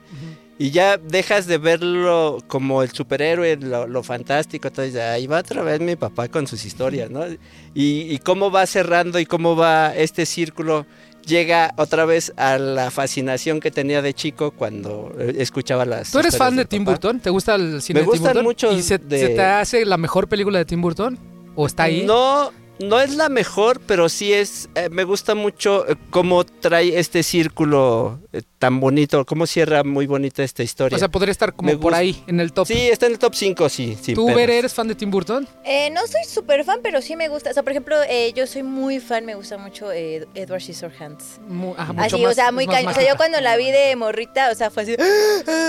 E: y ya dejas de verlo como el superhéroe, lo, lo fantástico, entonces ahí va otra vez mi papá con sus historias, ¿no? Y, y cómo va cerrando y cómo va este círculo, llega otra vez a la fascinación que tenía de chico cuando eh, escuchaba las...
C: ¿Tú eres
E: historias
C: fan de
E: del
C: Tim
E: papá.
C: Burton? ¿Te gusta el cine de
E: Me
C: Tim
E: gustan
C: Burton?
E: mucho
C: ¿Y se,
E: de-
C: se te hace la mejor película de Tim Burton? ¿O está ahí?
E: No, no es la mejor, pero sí es. eh, me gusta mucho eh, cómo trae este círculo eh, tan bonito, cómo cierra muy bonita esta historia.
C: O sea, podría estar como
E: Me
C: por
E: gusta-
C: ahí, en el top.
E: sí, está en el top 5, sí. sin
C: ¿Tú,
E: pedos.
C: Bere, eres fan de Tim Burton?
A: Eh, no soy súper fan, pero sí me gusta. O sea, por ejemplo, eh, yo soy muy fan, me gusta mucho eh, Edward Scissorhands.
C: Mu- ah,
A: Así,
C: mucho
A: o
C: más-
A: sea,
C: es
A: muy
C: más
A: cañón. O sea, yo
C: mágica.
A: cuando la vi de morrita, o sea, fue así.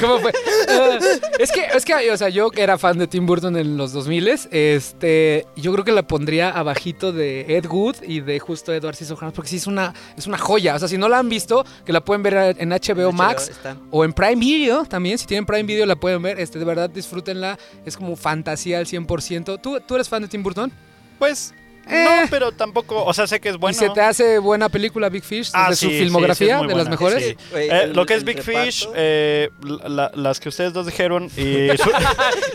C: ¿Cómo fue? Ah, es que, es que, o sea, yo que era fan de Tim Burton en los 2000 este, yo creo que la pondría abajito de Ed Wood y de justo Edward Scissorhands, porque sí es una, es una joya. O sea, si no la han visto, que la pueden ver en HBO Max
E: Está.
C: o en Prime Video también. Si tienen Prime Video la pueden ver. Este, de verdad, disfrútenla. Es como fantasía al 100%. ¿Tú, tú eres fan de Tim Burton?
D: Pues,
C: Eh.
D: no, pero tampoco, o sea, sé que es bueno.
C: ¿Y se te hace buena película Big Fish? Desde
D: Ah,
C: su
D: sí, sí, sí, es
C: filmografía,
D: muy
C: de las
D: buena.
C: mejores.
D: Sí.
E: Güey,
D: Eh,
E: el-
D: lo que es
E: el
D: Big
E: reparto.
D: Fish, eh, la- la- las que ustedes dos dijeron y... su-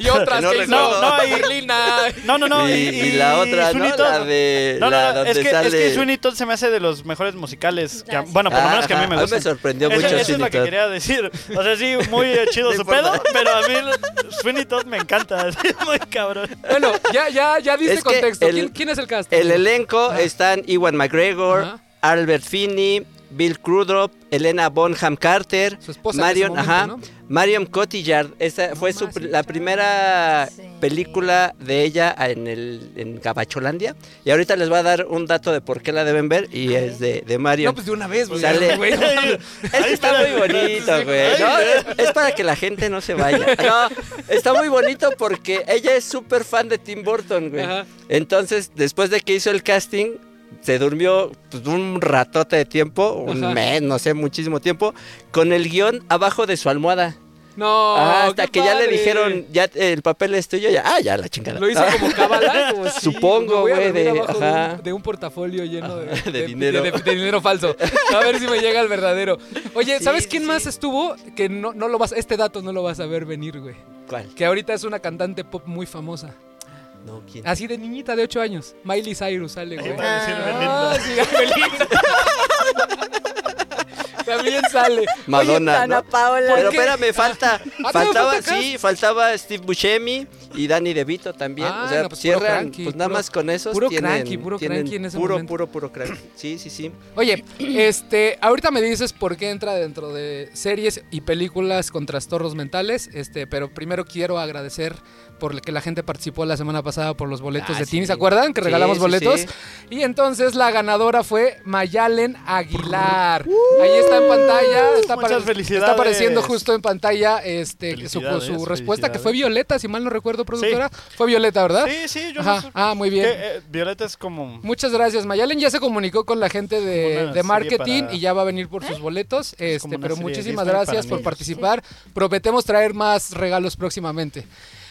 C: Y otras
E: No
C: que hizo
D: No,
E: recuerdo.
D: no, y-
C: Merlina.
D: no, no, no.
E: y,
D: Y,
E: y la otra,
D: Sweeney
E: ¿no?
D: Todd.
E: La de.
D: No, no,
E: la
D: no,
E: donde
D: es que, es
E: sale-
D: que Sweeney Todd se me hace de los mejores musicales. que a-
A: Gracias.
D: bueno, por lo
E: Ah,
D: menos que a mí
E: ajá,
D: me gustan.
E: me sorprendió
D: Eso-
E: mucho
D: eso es
E: Sweeney
D: lo que
E: Todd.
D: quería decir. O sea, sí, muy eh, chido
E: No
D: su
E: importa.
D: pedo, pero a mí el- Sweeney Todd me encanta. Es muy cabrón.
C: Bueno, ya, ya, ya diste
E: Es que
C: contexto.
E: el-
C: ¿Quién, quién es el cast?
E: El elenco
C: Ajá.
E: están Iwan McGregor,
C: Ajá.
E: Albert Finney, Bill Crudrop, Elena Bonham Carter,
C: Su esposa en ese
E: Marion,
C: momento,
E: ajá,
C: ¿no?
E: Marion Cotillard. Esa fue su,
C: Mamacita.
E: la primera
A: Sí.
E: película de ella en el en Gabacholandia. Y ahorita les va a dar un dato de por qué la deben ver y es de, de Marion.
C: No, pues de una vez, güey.
E: Sale-
C: Güey, no mames.
E: Es que está muy bonito, güey. ¿no? Es- Es para que la gente no se vaya. No, está muy bonito porque ella es súper fan de Tim Burton, güey.
C: Ajá.
E: Entonces, después de que hizo el casting, se durmió pues, un ratote de tiempo, un
C: Ajá.
E: mes, no sé, muchísimo tiempo, con el guión abajo de su almohada.
C: No,
E: Ajá, hasta
C: Oh, qué
E: que ya le
C: padre.
E: dijeron, ya eh, el papel es tuyo, ya, ah, ya la chingada.
C: Lo hizo
E: Ah,
C: como cábala. como, sí,
E: Supongo,
C: me voy a
E: güey,
C: dormir
E: de-
C: abajo de,
E: ajá.
C: un, de un portafolio lleno de,
E: Ajá, de dinero.
C: De, de dinero falso. A ver si me llega el verdadero. Oye,
E: Sí,
C: ¿sabes
E: sí,
C: quién
E: sí.
C: más estuvo? Que no, no lo vas, este dato no lo vas a ver venir, güey.
E: ¿Cuál?
C: Que ahorita es una cantante pop muy famosa.
E: No, ¿quién?
C: Así de niñita de 8 años. Miley Cyrus sale, güey.
D: iba a decir
C: Ah, sí, Belinda. También sale.
E: Madonna,
A: Ana
E: ¿no?
A: Paola.
E: Pero
C: qué?
E: espérame, falta.
C: ¿Ah,
E: faltaba,
C: todavía falta acá?
E: sí, faltaba Steve Buscemi y Danny DeVito también.
C: Ah,
E: o sea,
C: no, pues, puro
E: cierran,
C: cranky,
E: pues nada
C: puro-
E: más con esos.
C: puro
E: tienen,
C: cranky, puro
E: tienen
C: cranky en ese
E: puro,
C: momento.
E: Puro, puro, cranky. Sí, sí, sí.
C: Oye, este, ahorita me dices por qué entra dentro de series y películas con trastornos mentales, este, pero primero quiero agradecer por el que la gente participó la semana pasada por los boletos
E: Ah,
C: de
E: sí.
C: Tini, ¿se acuerdan? Que
E: Sí,
C: regalamos
E: sí,
C: boletos.
E: sí.
C: Y entonces la ganadora fue Mayalen Aguilar. Ahí está en pantalla, está,
D: Uh, Muchas
C: apare-
D: felicidades.
C: está apareciendo justo en pantalla este, su,
D: Felicidades,
C: su respuesta, que
D: felicidades.
C: fue Violeta, si mal no recuerdo, productora. Fue Violeta, ¿verdad?
D: Sí, sí, yo no
C: Ajá.
D: sé.
C: Ah, muy bien.
D: Que, eh, Violeta es como.
C: Muchas gracias, Mayalen. Ya se comunicó con la gente
D: Como
C: de,
D: una
C: de
D: serie
C: marketing
D: para-
C: y ya va a venir
E: ¿Eh?
C: por sus boletos.
D: como
C: Este,
D: una
C: pero
D: serie de
C: muchísimas
D: Disney
C: gracias
D: para
C: por
D: niños.
C: participar. Prometemos traer más regalos próximamente.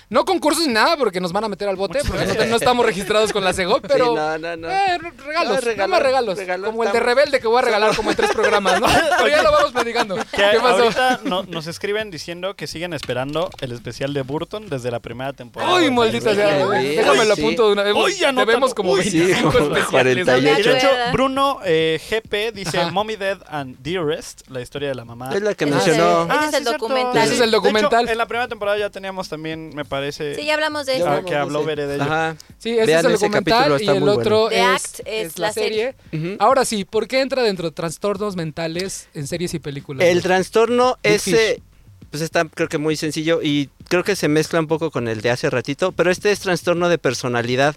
C: No concursos ni nada porque nos van a meter al bote,
D: Muchas
C: porque no,
D: gracias.
C: no estamos registrados con la CEGO, pero
E: Sí, no, no, no.
C: eh, regalos, nada
E: regalos,
C: más regalos,
E: regalos,
C: como el de
E: estamos-
C: Rebelde que voy a regalar como en tres programas, ¿no? Pero ya lo vamos platicando.
D: Que
C: ¿Qué pasó?
D: ahorita no- nos escriben diciendo que siguen esperando el especial de Burton desde la primera temporada.
C: Uy, maldita sea.
E: Híjole,
C: Déjame lo
E: sí.
C: apunto de una vez.
D: Uy, ya no
C: Debemos
D: tan-
C: como
D: uy,
E: sí,
C: 25
E: como
C: especiales. ¿no?
E: 48.
D: Y de hecho,
F: Acuerda.
D: Bruno eh, GP dice
C: Ajá.
D: Mommy Dead and Dearest, la historia de la mamá. Ah,
E: Es la que
F: Ese es
E: mencionó.
F: el- ese es el
D: cierto.
F: documental.
C: Ese es el
D: De hecho,
C: documental.
D: en la primera temporada ya teníamos también, me parece.
F: Sí, ya hablamos de
E: Ya
F: eso.
D: Ah,
E: hablamos
D: que habló
E: de ese.
D: Bere de ello.
E: Ajá.
C: Sí, ese
E: Vean
C: es el
E: ese
C: documental
E: capítulo,
C: y
E: está
C: el
E: muy Mm.
C: otro
F: bueno. The
C: es,
F: Act es
C: la
F: la
C: serie.
F: serie.
E: Ujú.
C: Ahora sí, ¿por qué entra dentro de trastornos mentales en series y películas?
E: El trastorno
C: Big
E: ese, pues está creo que muy sencillo y creo que se mezcla un poco con el de hace ratito, pero este es trastorno de personalidad,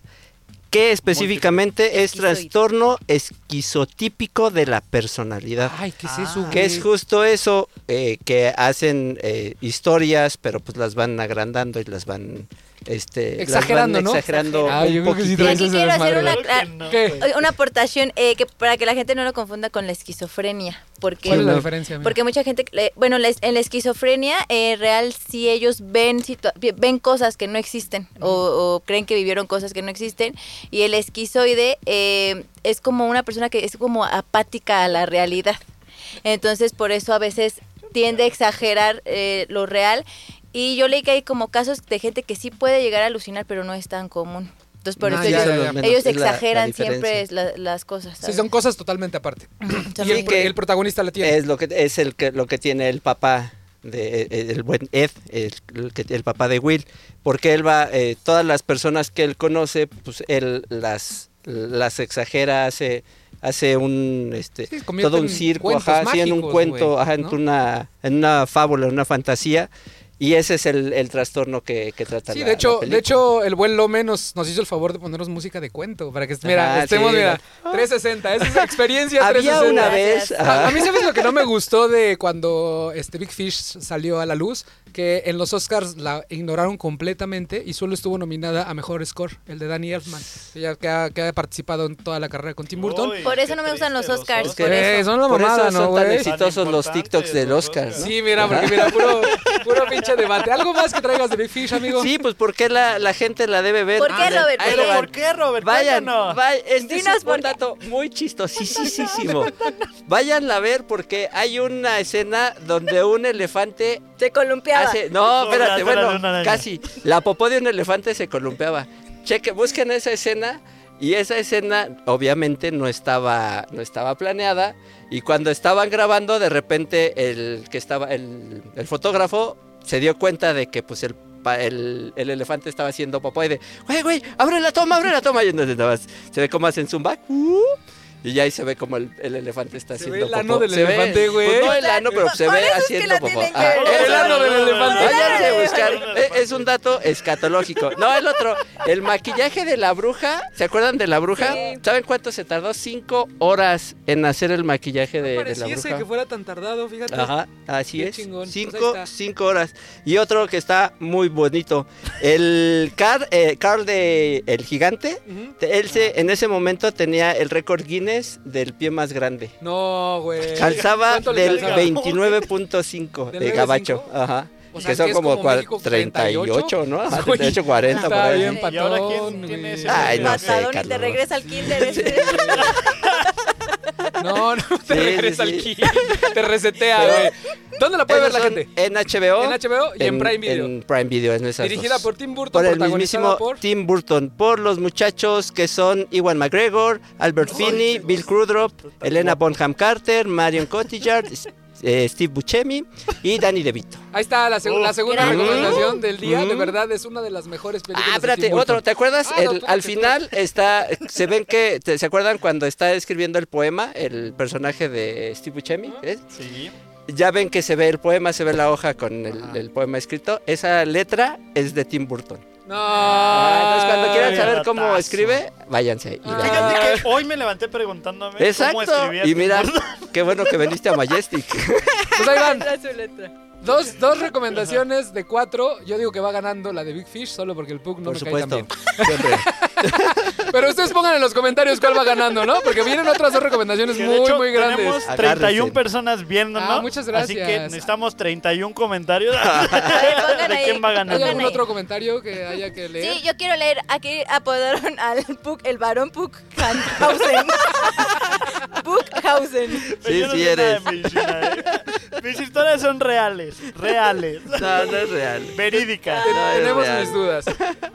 E: que específicamente es
F: Esquizoide.
E: trastorno esquizotípico de la personalidad.
C: Ay, ¿qué es eso?
D: Ah.
C: güey?
E: Que es justo eso, eh, que hacen eh, historias, pero pues las van agrandando y las van... Este, las
C: Exagerando,
E: van
C: ¿no?
E: Exagerando.
C: Ah,
E: un
C: yo creo que sí
E: poquito.
F: Y
C: traes
F: aquí
C: ese
F: quiero hacer
C: desmadre.
F: una,
D: Claro que no.
C: ¿Qué?
F: una aportación eh, que para que la gente no lo confunda con la esquizofrenia. Porque
C: ¿Cuál es la
E: no?
C: diferencia? amiga?
F: Porque mucha gente, le- bueno, la es- en la esquizofrenia eh, real si ellos ven situa- ven cosas que no existen o, o creen que vivieron cosas que no existen y el esquizoide eh, es como una persona que es como apática a la realidad. Entonces por eso a veces tiende a exagerar eh, lo real y yo leí que hay como casos de gente que sí puede llegar a alucinar pero no es tan común. Entonces por
C: Ah,
F: eso
C: ya, ya,
F: ellos,
C: ya.
E: Eso es lo menos,
F: ellos
E: es la- la
F: exageran
E: diferencia.
F: siempre es la- las cosas.
C: Sí,
F: ¿sabes?
C: son cosas totalmente aparte.
F: Son
C: Y el,
F: muy-
C: pro- el protagonista la tiene.
E: Es lo que es el que lo que tiene el papá de eh, el buen Ed, el, el que- el papá de Will, porque él va eh, todas las personas que él conoce, pues él las las exagera, hace hace un este
C: Sí, se convierte
E: todo un
C: en
E: circo,
C: cuentos
E: ajá, sí, en un
C: mágicos,
E: cuento,
C: güey,
E: ajá, en
C: ¿no?
E: una en una fábula, en una fantasía. Y ese es el, el trastorno que, que trata
C: Sí,
E: la-
C: de
E: la
C: hecho, de
E: película.
C: hecho, el buen Lome nos, nos hizo el favor de ponernos música de cuento para que mira,
E: Ajá,
C: estemos,
E: sí.
C: mira, 360, esa es la experiencia
E: Había
C: 360.
E: una
F: Gracias.
E: vez...
C: A,
E: ajá.
C: a mí sabes lo que no me gustó de cuando este Big Fish salió a la luz, que en los Oscars la ignoraron completamente y solo estuvo nominada a mejor score, el de Danny Elfman, que, ya- que ha, que ha participado en toda la carrera con Tim Burton.
D: Uy,
F: Por eso
D: qué
F: no me gustan
D: triste,
F: los Oscars,
C: Es
F: por
C: que, eh, son la
E: Por eso
C: mamada,
E: son
C: ¿no,
E: tan
C: güey?
E: exitosos
D: Tan
E: los TikToks del
D: importantes
E: Oscar,
D: los
E: ¿no?
C: Sí, mira, porque mira, puro, puro pinche debate. ¿Algo más que traigas de Big Fish, amigo?
E: Sí, pues ¿por qué la, la gente la debe ver?
F: ¿Por qué,
E: Ah,
F: Robert?
E: ahí
F: ¿Por
E: le
F: qué?
E: van.
D: ¿Por qué, Robert?
E: Vayan,
D: Cuéntanos.
E: vayan, este
F: Dinos
E: es un
F: por qué.
E: dato muy chistosísimo. Vayan a ver porque hay una escena donde un elefante
A: Se
C: Ah,
A: columpiaba.
E: hace, Ah, no,
D: No,
E: espérate,
D: la cola de
E: bueno,
D: una araña.
E: casi la popó de un elefante se columpiaba. Cheque, busquen esa escena y esa escena obviamente no estaba no estaba planeada y cuando estaban grabando de repente el que estaba el, el fotógrafo se dio cuenta de que pues el pa- el, el elefante estaba haciendo popó y de, güey, güey, abre la toma, abre la toma. Y entonces nada más se ve como hacen zoom back. uh, y ya ahí se ve como el, el elefante está
C: Se ve
E: haciendo
C: el ano
E: popó.
C: del
E: Se ve-
C: elefante, güey.
E: pues no el ano, pero se
A: Por
E: ve
A: eso es que
E: haciendo
A: la
E: popó.
A: tienen que
E: Ah,
A: ver.
C: El ano del elefante.
E: Váyanse a
A: Ándale.
E: buscar. Eh, Es un dato escatológico. No, el otro. El maquillaje de la bruja, ¿se acuerdan de la bruja?
A: Sí.
E: ¿Saben cuánto se tardó? Cinco horas en hacer el maquillaje de, de la
C: Pareciese
E: bruja.
C: que fuera tan tardado, fíjate.
E: Ajá, así
C: Qué
E: es.
C: chingón. Pues ahí
E: Cinco,
C: está.
E: cinco horas. Y otro que está muy bonito. El Carl, eh, Carl de El Gigante.
C: Ujú.
E: te- Él se, en ese momento tenía el récord Guinness del pie más grande.
C: No, güey.
E: Calzaba
C: ¿Cuánto le
E: del
C: calzaba?
E: 29.5
C: ¿Del
E: de gabacho.
C: 9.5?
E: Ajá.
C: O sea,
E: que son
C: que es
E: como,
C: como
E: cua-
C: México
E: 38, ¿no? Ajá,
C: Güey,
E: 38, 40 por
C: Está
E: ahí. Ah,
C: bien,
D: ¿Y ahora quién
C: patón.
D: tiene
C: güey.
D: ese-
E: Ay, no sé,
F: Patadón y te
E: Carlos.
F: regresa al kinder. ese.
C: No, no te
E: Sí, sí,
C: regresa al
E: sí.
C: kit. Te resetea, güey. ¿Dónde la puede ver
E: Esos
C: la
E: son
C: gente?
E: En HBO.
C: En HBO y en, Prime Video.
E: En Prime Video, en esas
C: Dirigida
E: dos.
C: por Tim Burton,
E: por el
C: protagonizada
E: mismísimo
C: por...
E: Tim Burton, por los muchachos que son Iwan McGregor, Albert Finney, Bill Crudrop, Elena Bonham Carter, Marion Cotillard, s- eh, Steve Buscemi y Danny DeVito.
C: Ahí está la, seg- la segunda
F: Gran
C: recomendación del día. De
E: Mm.
C: verdad, es una de las mejores películas
E: Ah,
C: de
E: espérate,
C: Tim Burton.
E: otro, ¿te acuerdas?
C: Ah, no,
E: El-
C: espérate,
E: al final está, se ven que, te- ¿se acuerdan cuando está escribiendo el poema, el personaje de Steve Buscemi? ¿eh?
D: Sí.
E: Ya ven que se ve el poema, se ve la hoja con el, el poema escrito. Esa letra es de Tim Burton.
C: No.
E: Ah, entonces cuando quieran
D: Ay,
E: saber cómo
D: ratazo.
E: escribe, váyanse y vean.
C: Ah.
D: Fíjate que hoy me levanté preguntándome cómo este
E: Exacto.
D: escribía.
E: Y mira,
D: Tim Burton.
E: qué bueno que veniste a Majestic.
C: Pues ahí van.
A: Letra su letra.
C: Dos, dos recomendaciones de cuatro. Yo digo que va ganando la de Big Fish, solo porque el Pug no
E: Por
C: me cae tan
E: supuesto.
C: bien.
E: Siempre.
C: Pero ustedes pongan en los comentarios cuál va ganando, ¿no? Porque vienen otras dos recomendaciones
D: Que de
C: muy,
D: hecho,
C: muy grandes.
D: Tenemos
E: Agárrense.
D: 31 personas viéndonos.
C: Ah, muchas gracias.
D: Así que necesitamos 31 comentarios.
F: pongan
D: ¿De
F: ahí,
D: quién va a
C: ¿Hay
D: ganar?
C: algún
F: Pongan ahí.
C: otro comentario que haya que leer?
F: Sí, yo quiero leer. Aquí apodaron al Puck, el varón Puck Hanhausen. Puckhausen.
D: Pero yo
E: Sí, sí
D: sé nada
E: eres.
D: de medicina, ¿eh? Mis historias son reales. Reales.
E: No, no es real.
D: Verídicas.
E: No, es
C: Tenemos
E: real.
C: mis dudas.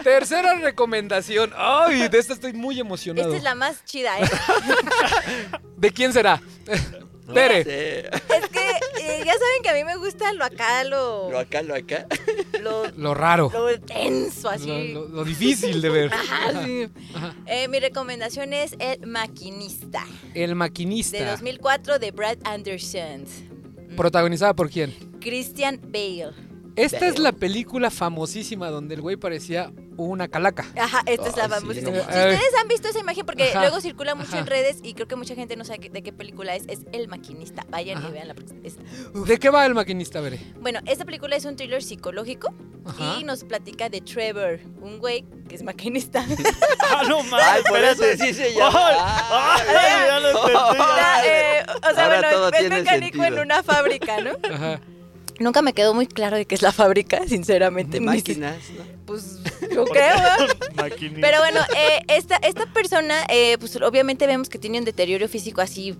C: Tercera recomendación. Ay, de esta estoy muy emocionado.
F: Esta es la más chida, ¿eh?
C: ¿De quién será? Tere.
E: Sí.
F: Es que eh, ya saben que a mí me gusta lo acá, lo,
E: Lo acá, lo acá.
F: lo,
C: Lo raro.
F: lo tenso, así.
C: Lo, lo- lo difícil de ver.
F: Ajá, sí. Eh, mi recomendación es El Maquinista,
C: El
F: de
C: maquinista.
F: 2004 de Brad Anderson.
C: Protagonizada por quién?
F: Christian Bale.
C: Esta es la película famosísima donde el güey parecía una calaca.
F: Ajá, esta es la
E: Ay, sí,
F: famosísima.
E: no
F: si
C: mames.
F: ustedes han visto esa imagen, porque
C: Ajá,
F: luego circula mucho
C: ajá.
F: en redes y creo que mucha gente no sabe que- de qué película es, es El Maquinista. Vayan
C: Ajá.
F: y vean la película.
C: ¿De qué va el maquinista, Veré?
F: Bueno, esta película es un thriller psicológico
C: Ajá.
F: y nos platica de Trevor, un güey que es maquinista.
D: Ah, no
E: Ay,
D: mames.
E: por eso
D: espérate.
E: sí se llama. Ah.
D: Ay, ay, ya lo entendí.
F: Era, eh, o sea,
E: Ahora todo
F: bueno, es
E: tiene
F: mecánico
E: sentido.
F: en una fábrica, ¿no?
C: Ajá.
F: Nunca me quedó muy claro de qué es la fábrica, sinceramente.
E: De
F: Ni si-
E: máquinas. ¿no?
F: Pues yo creo, ¿eh?
D: Maquinista.
F: Pero bueno, eh, esta, esta persona, eh, pues obviamente vemos que tiene un deterioro físico así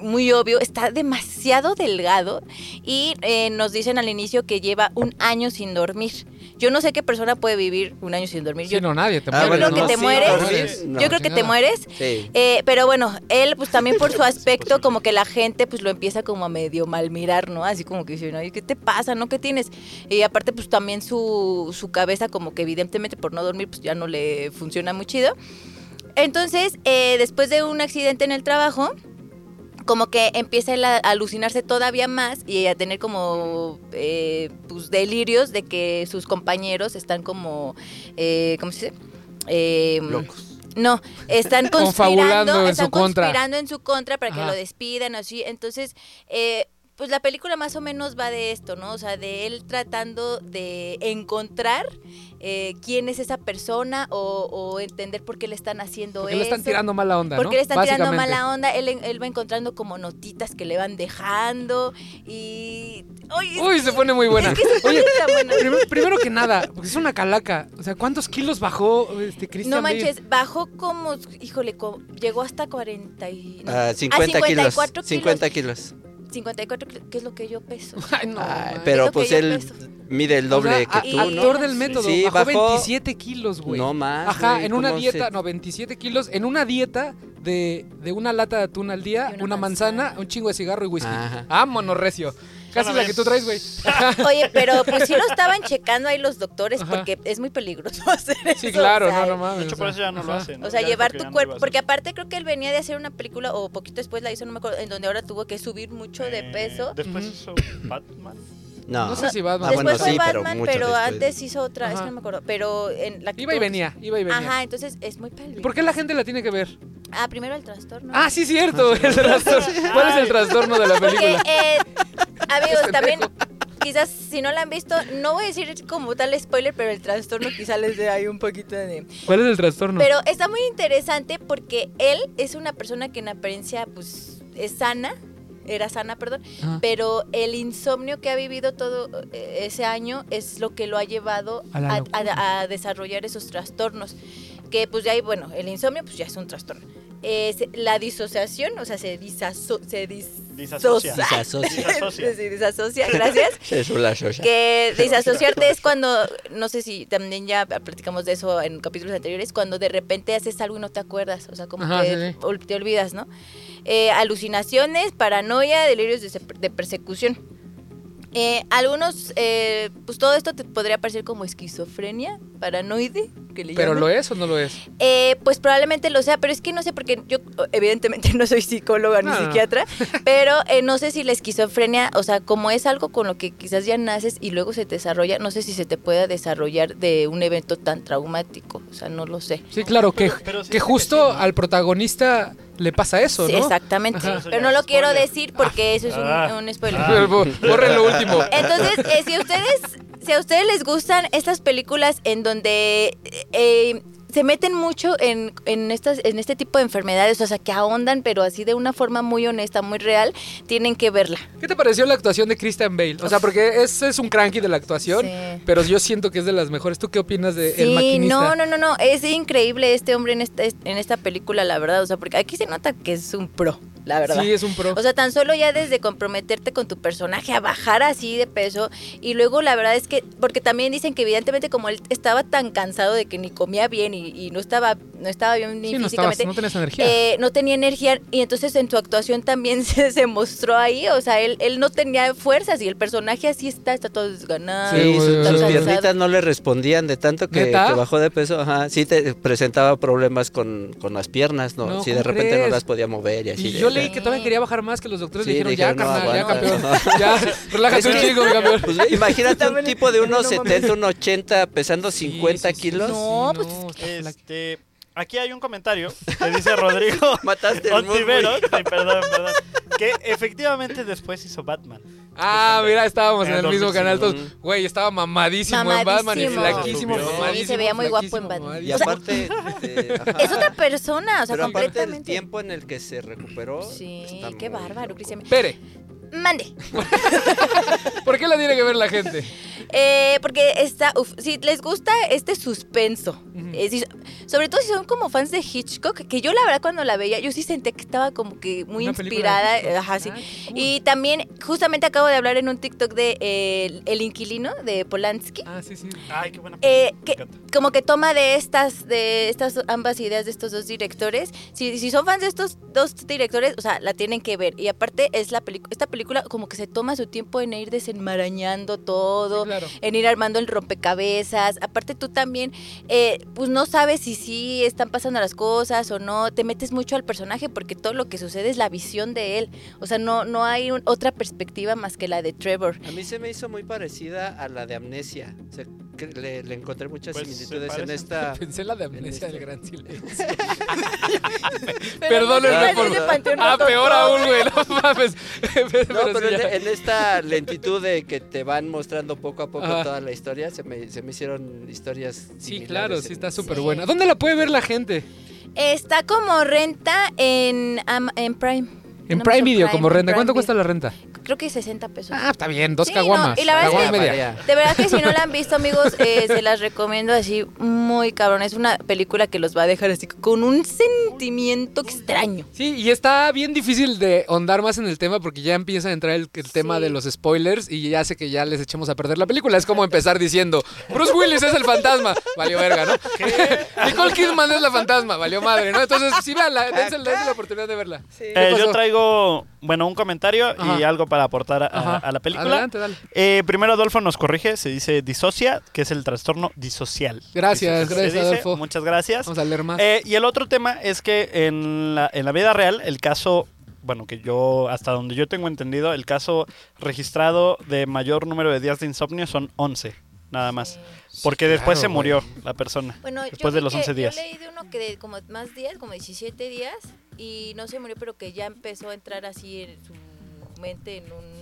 F: muy obvio, está demasiado delgado y eh, nos dicen al inicio que lleva un año sin dormir. Yo no sé qué persona puede vivir un año sin dormir.
C: Sí,
F: yo
C: no, nadie te
E: Ah,
C: mueres,
E: bueno,
C: ¿no?
F: creo que te
E: sí,
F: mueres.
E: dormir, no,
F: yo creo que te
C: chingada.
F: mueres.
E: Sí.
F: Eh, pero bueno, él pues también por su aspecto como que la gente pues lo empieza como a medio mal mirar, ¿no? Así como que dice, "Ay, ¿qué te pasa? ¿No? ¿Qué tienes? Y aparte pues también su, su cabeza como que evidentemente por no dormir pues ya no le funciona muy chido. Entonces, eh, después de un accidente en el trabajo, como que empieza él a alucinarse todavía más y a tener como eh, pues, delirios de que sus compañeros están como, eh, ¿cómo se dice? Eh,
E: Locos.
F: no, están
C: Confabulando
F: conspirando,
C: en
F: están
C: su contra.
F: conspirando en su contra para que
C: Ajá.
F: lo despidan, así. Entonces, eh, pues la película más o menos va de esto, ¿no? O sea, de él tratando de encontrar eh, quién es esa persona o, o entender por qué le están haciendo
C: Porque
F: eso.
C: le están tirando mala onda,
F: Porque
C: ¿no?
F: le están tirando
C: Básicamente.
F: mala onda, él, en- él va encontrando como notitas que le van dejando y... ¡Ay, es
C: Uy,
F: que-
C: se pone muy buena.
F: Es que se pone
C: Oye,
F: tan buena.
C: prim- primero, que nada, porque es una calaca. O sea, ¿cuántos kilos bajó este Christian
F: No
C: Bale?
F: manches, bajó como, híjole, co- llegó hasta 40 y... no,
E: Ah,
F: a
E: 50 kilos.
F: 54
E: 50 kilos.
F: 54 kilos, que es lo que yo peso.
C: Ay, no.
E: Ay,
C: manches.
E: pero
F: Eso que
E: pues
F: yo
E: él
F: peso.
E: mide el doble
C: O sea,
E: que
C: a-
E: tú,
F: y-
E: ¿no?
C: Actor del método,
E: Sí,
C: bajó,
E: bajó-
C: 27 kilos, güey.
E: No más.
C: Ajá,
E: güey,
C: en una
E: ¿cómo
C: dieta,
E: se-
C: no, 27 kilos, en una dieta de, de una lata de atún al día,
F: Y
C: una,
F: una
C: manzana,
F: manzana.
C: un chingo de cigarro y whisky.
E: Ajá.
C: Ah, monorrecio. Casi
D: Bueno,
C: la
D: ves.
C: que tú traes, güey.
F: Oye, pero pues sí lo estaban checando ahí los doctores
C: Ajá.
F: porque es muy peligroso hacer eso.
C: Sí, claro,
F: o sea,
C: no, no mames.
D: De hecho,
C: o
D: por
C: sea,
D: eso ya no lo
C: ajá.
D: hacen.
F: O sea,
D: Ya
F: llevar
D: dijo que
F: tu
D: ya no lo
F: cuerpo,
D: iba a
F: porque
D: hacer.
F: aparte creo que él venía de hacer una película o poquito después la hizo, no me acuerdo, en donde ahora tuvo que subir mucho de
D: Eh,
F: peso.
D: Después
C: Ujú.
D: hizo Batman.
E: No.
C: No sé si Batman.
E: Ah,
F: después
E: bueno,
F: fue
E: sí, pero
F: Batman,
E: mucho
F: pero,
E: después.
F: antes hizo otra, es
C: Ajá.
F: que no me acuerdo, pero en la que
C: Iba y
F: todos-
C: venía, iba y venía.
F: Ajá, entonces es muy palpable.
C: ¿Por qué la gente la tiene que ver?
F: Ah, primero el trastorno.
C: Ah, sí, cierto. El trastorno. ¿Cuál es el trastorno de la
F: Porque,
C: película?
F: eh, amigos,
C: Es
F: también,
C: pendejo.
F: quizás si no la han visto, no voy a decir como tal spoiler, pero el trastorno quizás
A: Quizá les dé ahí un poquito de.
C: ¿Cuál es el trastorno?
F: Pero está muy interesante porque él es una persona que en apariencia pues es sana, era sana, perdón,
C: Ajá.
F: pero el insomnio que ha vivido todo eh, ese año es lo que lo ha llevado
C: A la
F: a,
C: locura.
F: a- a desarrollar esos trastornos. Que pues ya hay, bueno, el insomnio pues ya es un trastorno. Eh, se- la disociación, o sea, se disaso, se dis-
D: Disasocia.
E: Y se asocia.
D: Disasocia.
F: se disasocia, gracias.
E: Es una asocia.
F: Que disasociarte es cuando, no sé si también ya platicamos de eso en capítulos anteriores, cuando de repente haces algo y no te acuerdas, o sea, como
C: Ajá,
F: que
C: sí, sí.
F: ol- te olvidas, ¿no? Eh, alucinaciones, paranoia, delirios de, se- de persecución. Eh, algunos, eh, pues todo esto te podría parecer como esquizofrenia, paranoide, que le
C: ¿Pero
F: llaman.
C: lo es o no lo es?
F: Eh, pues probablemente lo sea, pero es que no sé, porque yo evidentemente no soy psicóloga
C: No,
F: ni
C: no, no.
F: psiquiatra, pero eh, no sé si la esquizofrenia, o sea, como es algo con lo que quizás ya naces y luego se te desarrolla, no sé si se te pueda desarrollar de un evento tan traumático, o sea, no lo sé.
C: Sí, claro, que,
D: Pero- pero
C: que
D: sí sé que
C: justo
D: sí, ¿no?
C: al protagonista le pasa eso,
F: Sí,
C: ¿no?
F: exactamente,
C: Ajá.
D: Eso ya
F: pero no
D: es
F: lo quiero
D: spoiler.
F: decir porque eso es un,
D: Ah.
F: un spoiler.
D: Ah.
C: Pero bo- Borren lo último.
F: Entonces, eh, si ustedes, si a ustedes les gustan estas películas en donde eh, se meten mucho en, en estas, en este tipo de enfermedades, o sea, que ahondan, pero así de una forma muy honesta, muy real, tienen que verla.
C: ¿Qué te pareció la actuación de Christian Bale? O sea, porque ese es un cranky de la actuación,
F: Sí.
C: pero yo siento que es de las mejores. ¿Tú qué opinas de El
F: Sí,
C: Maquinista?
F: no, no, no, no, es increíble este hombre en esta, en esta película, la verdad, o sea, porque aquí se nota que es un pro, la verdad.
C: Sí, es un pro.
F: O sea, tan solo ya desde comprometerte con tu personaje a bajar así de peso y luego la verdad es que, porque también dicen que evidentemente como él estaba tan cansado de que ni comía bien y, y no estaba no estaba bien ni
C: sí, no, estabas,
F: físicamente,
C: no tenías energía.
F: eh, no tenía energía y entonces en su actuación también se, se mostró ahí, o sea, él, él no tenía fuerzas y el personaje así está, está todo desganado.
C: Sí,
E: Sí,
C: güey,
E: sus,
C: güey,
E: sus
C: güey.
E: piernitas no le respondían de tanto que, que
C: ¿Neta?
E: bajó de peso. Ajá. Sí te presentaba problemas con, con las piernas, ¿no?
C: No,
E: sí, de
C: ¿cómo
E: repente
C: crees?
E: no las podía mover y así.
C: y
E: de-
C: yo leí que
F: Sí.
C: todavía quería bajar más, que los doctores
E: Sí,
C: le dijeron, ya,
E: dijeron, no,
C: carnal, ya, campeón.
E: aguanta".
C: Ya, relájate
E: Es
C: un
E: que-
C: chingo, mi campeón.
E: Pues, güey, imagínate un
A: También-
E: tipo de unos
A: no mames.
E: 70, unos 80, pesando 50
C: Sí, sí, sí,
E: kilos.
C: sí,
F: No, pues,
C: está flaco.
D: Este, aquí hay un comentario que dice Rodrigo
E: Mataste el mood,
D: Ontivero,
E: güey.
D: sí, perdón, perdón, que efectivamente después hizo Batman.
C: Ah, mira, estábamos en
D: En
C: el mismo
D: 2005.
C: canal todos. Güey, estaba mamadísimo, en Batman y
F: Mamadísimo.
C: flaquísimo,
D: Sí, se
C: mamadísimo.
F: veía muy guapo en
C: flaquísimo,
F: Batman.
E: Y
C: mamadísimo.
E: aparte. eh, ajá.
F: Es otra persona, o sea,
E: Pero aparte del
F: completamente.
E: tiempo en el que se recuperó.
F: sí,
E: está
F: qué
E: muy
F: bárbaro,
E: loco.
F: Cristian.
C: Pere,
F: Mande.
C: ¿por qué la tiene que ver la gente?
F: Eh, porque está, uf, si les gusta este suspenso,
C: Ujú.
F: eh, si- sobre todo si son como fans de Hitchcock, que yo la verdad cuando la veía, yo sí sentí que estaba como que muy
C: Una película de
F: inspirada,
C: Hitchcock.
F: eh, ajá, sí.
C: Ah, qué cool.
F: Y también justamente acabo de hablar en un TikTok de eh, el, El inquilino de Polanski.
C: Ah, sí, sí.
D: Ay, qué buena
F: Eh,
D: película,
F: que-
D: me encanta.
F: como que toma de estas, de estas ambas ideas de estos dos directores. Si, si son fans de estos dos directores, o sea, la tienen que ver. Y aparte es la película, esta película como que se toma su tiempo en ir desenmarañando todo,
C: Claro.
F: en ir armando el rompecabezas. Aparte tú también, eh, pues no sabes si sí están pasando las cosas o no. Te metes mucho al personaje porque todo lo que sucede es la visión de él. O sea, no, no hay un- otra perspectiva más que la de Trevor.
E: A mí se me hizo muy parecida a la de Amnesia. O sea, que le, le encontré muchas
D: Pues, se
E: similitudes en
D: parecen.
E: esta.
C: Pensé en la de amnesia del gran silencio.
E: no
C: Perdónenme
E: sé
C: por...
E: si ese
F: panteón
C: Ah,
F: roto-
C: peor aún, güey, no mames.
E: No,
C: Pero
E: pero
C: sí,
E: en,
C: ya.
E: en esta lentitud de que te van mostrando poco a poco
C: Ajá.
E: toda la historia, se me, se me hicieron historias.
C: Sí,
E: similares
C: claro, sí
E: en-
C: está súper
F: Sí.
C: buena. ¿Dónde la puede ver la gente?
F: Está como renta en, Am- en Prime.
C: En
F: Amazon
C: Prime Video, como
F: en
C: renta. ¿Cuánto
F: Prime
C: cuesta la renta?
F: Video. Creo que 60 pesos.
C: Ah, está bien, dos
F: Sí, no,
C: caguamas.
F: y la verdad
C: caguama
F: es que-
C: y media.
E: Varea.
F: De verdad que si no la han visto, amigos, eh, se las recomiendo así muy cabrón. Es una película que los va a dejar así con un sentimiento extraño.
C: Sí, y está bien difícil de ahondar más en el tema porque ya empieza a entrar el, el tema
F: Sí.
C: de los spoilers y ya hace que ya les echemos a perder la película. Es como empezar diciendo, Bruce Willis es el fantasma. Valió verga, ¿no? Nicole Kidman es la fantasma. Valió madre, ¿no? Entonces, sí, véanla, dense, dense la oportunidad de verla.
A: Sí.
D: Eh,
C: pasó?
D: yo traigo, bueno, un comentario y
C: Ajá.
D: algo para aportar a, a-
C: Ajá.
D: a la película.
C: Adelante, dale.
D: Eh, primero Adolfo nos corrige, se dice disocia, que es el trastorno disocial.
C: Gracias,
D: Dice- se
C: gracias,
D: dice,
C: Adolfo.
D: Muchas gracias.
C: Vamos a leer más.
D: Eh, y el otro tema es que en la, en la vida real el caso bueno, que yo, hasta donde yo tengo entendido, el caso registrado de mayor número de días de insomnio son 11, nada más. Porque después
C: claro,
D: se
C: güey.
D: murió la persona.
F: Bueno, yo
D: Después de
F: vi
D: los
F: que-
D: 11 días.
F: Yo leí de uno que de como más días, como 17 días, y no se murió, pero que ya empezó a entrar así en su mente en un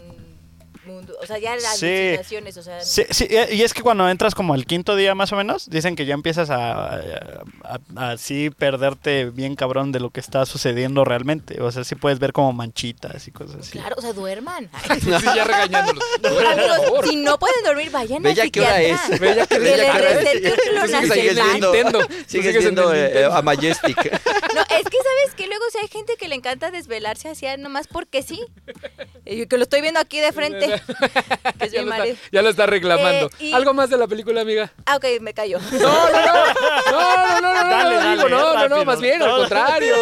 F: mundo. O sea, ya las
D: Sí.
F: alucinaciones, o sea.
D: Sí, sí, eh, y- y es que cuando entras como al quinto día más o menos, dicen que ya empiezas a, a- a- así perderte bien cabrón de lo que está sucediendo realmente. O sea, sí puedes ver como manchitas y cosas así.
F: Claro, o sea, duerman.
C: Sí, ya regañándolos. No, por favor.
F: Amigos, si no pueden dormir, vayan
E: Ve
F: a
E: ya qué hora es.
C: Ve ya que-
F: Que
E: Ve ya
F: les
E: qué hora es.
F: recete un
E: Tú sigues ahí en el
F: clonazepam.
C: Nintendo. Tú
E: Sigues
C: sigues en
E: siendo
C: el
E: eh,
C: Nintendo.
E: eh, a Majestic.
F: No, es que sabes que luego si hay gente que le encanta desvelarse así ah, nomás porque sí. Eh, Que lo estoy viendo aquí de frente. Que es
C: ya,
F: mi
C: lo
F: marido.
C: está, ya lo está reclamando.
F: Eh, y-
C: ¿Algo más de la película, amiga?
F: Ah, ok, me cayó.
C: No, no, no, no, no, no, no,
D: Dale,
C: no,
D: dale,
C: digo, no, no, no,
D: rápido.
C: más bien, al
D: No.
C: contrario.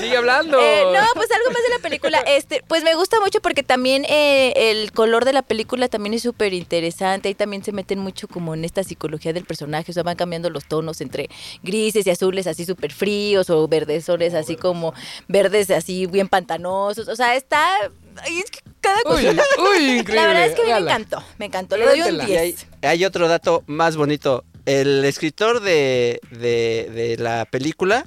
C: Sigue hablando.
F: Eh, no, pues algo más de la película. Este, pues me gusta mucho porque también eh, el color de la película también es súper interesante. Ahí también se meten mucho como en esta psicología del personaje. O sea, van cambiando los tonos entre grises y azules así súper fríos o verdesoles así como verdes así bien pantanosos. O sea, está... ay, es que cada
C: Uy,
F: cosita.
C: uy, increíble.
F: La verdad es que a mí me
C: véala.
F: encantó. Me encantó. Le doy
C: Llévatela.
F: un
E: Y hay,
F: 10.
E: hay otro dato más bonito. El escritor de, de- de la película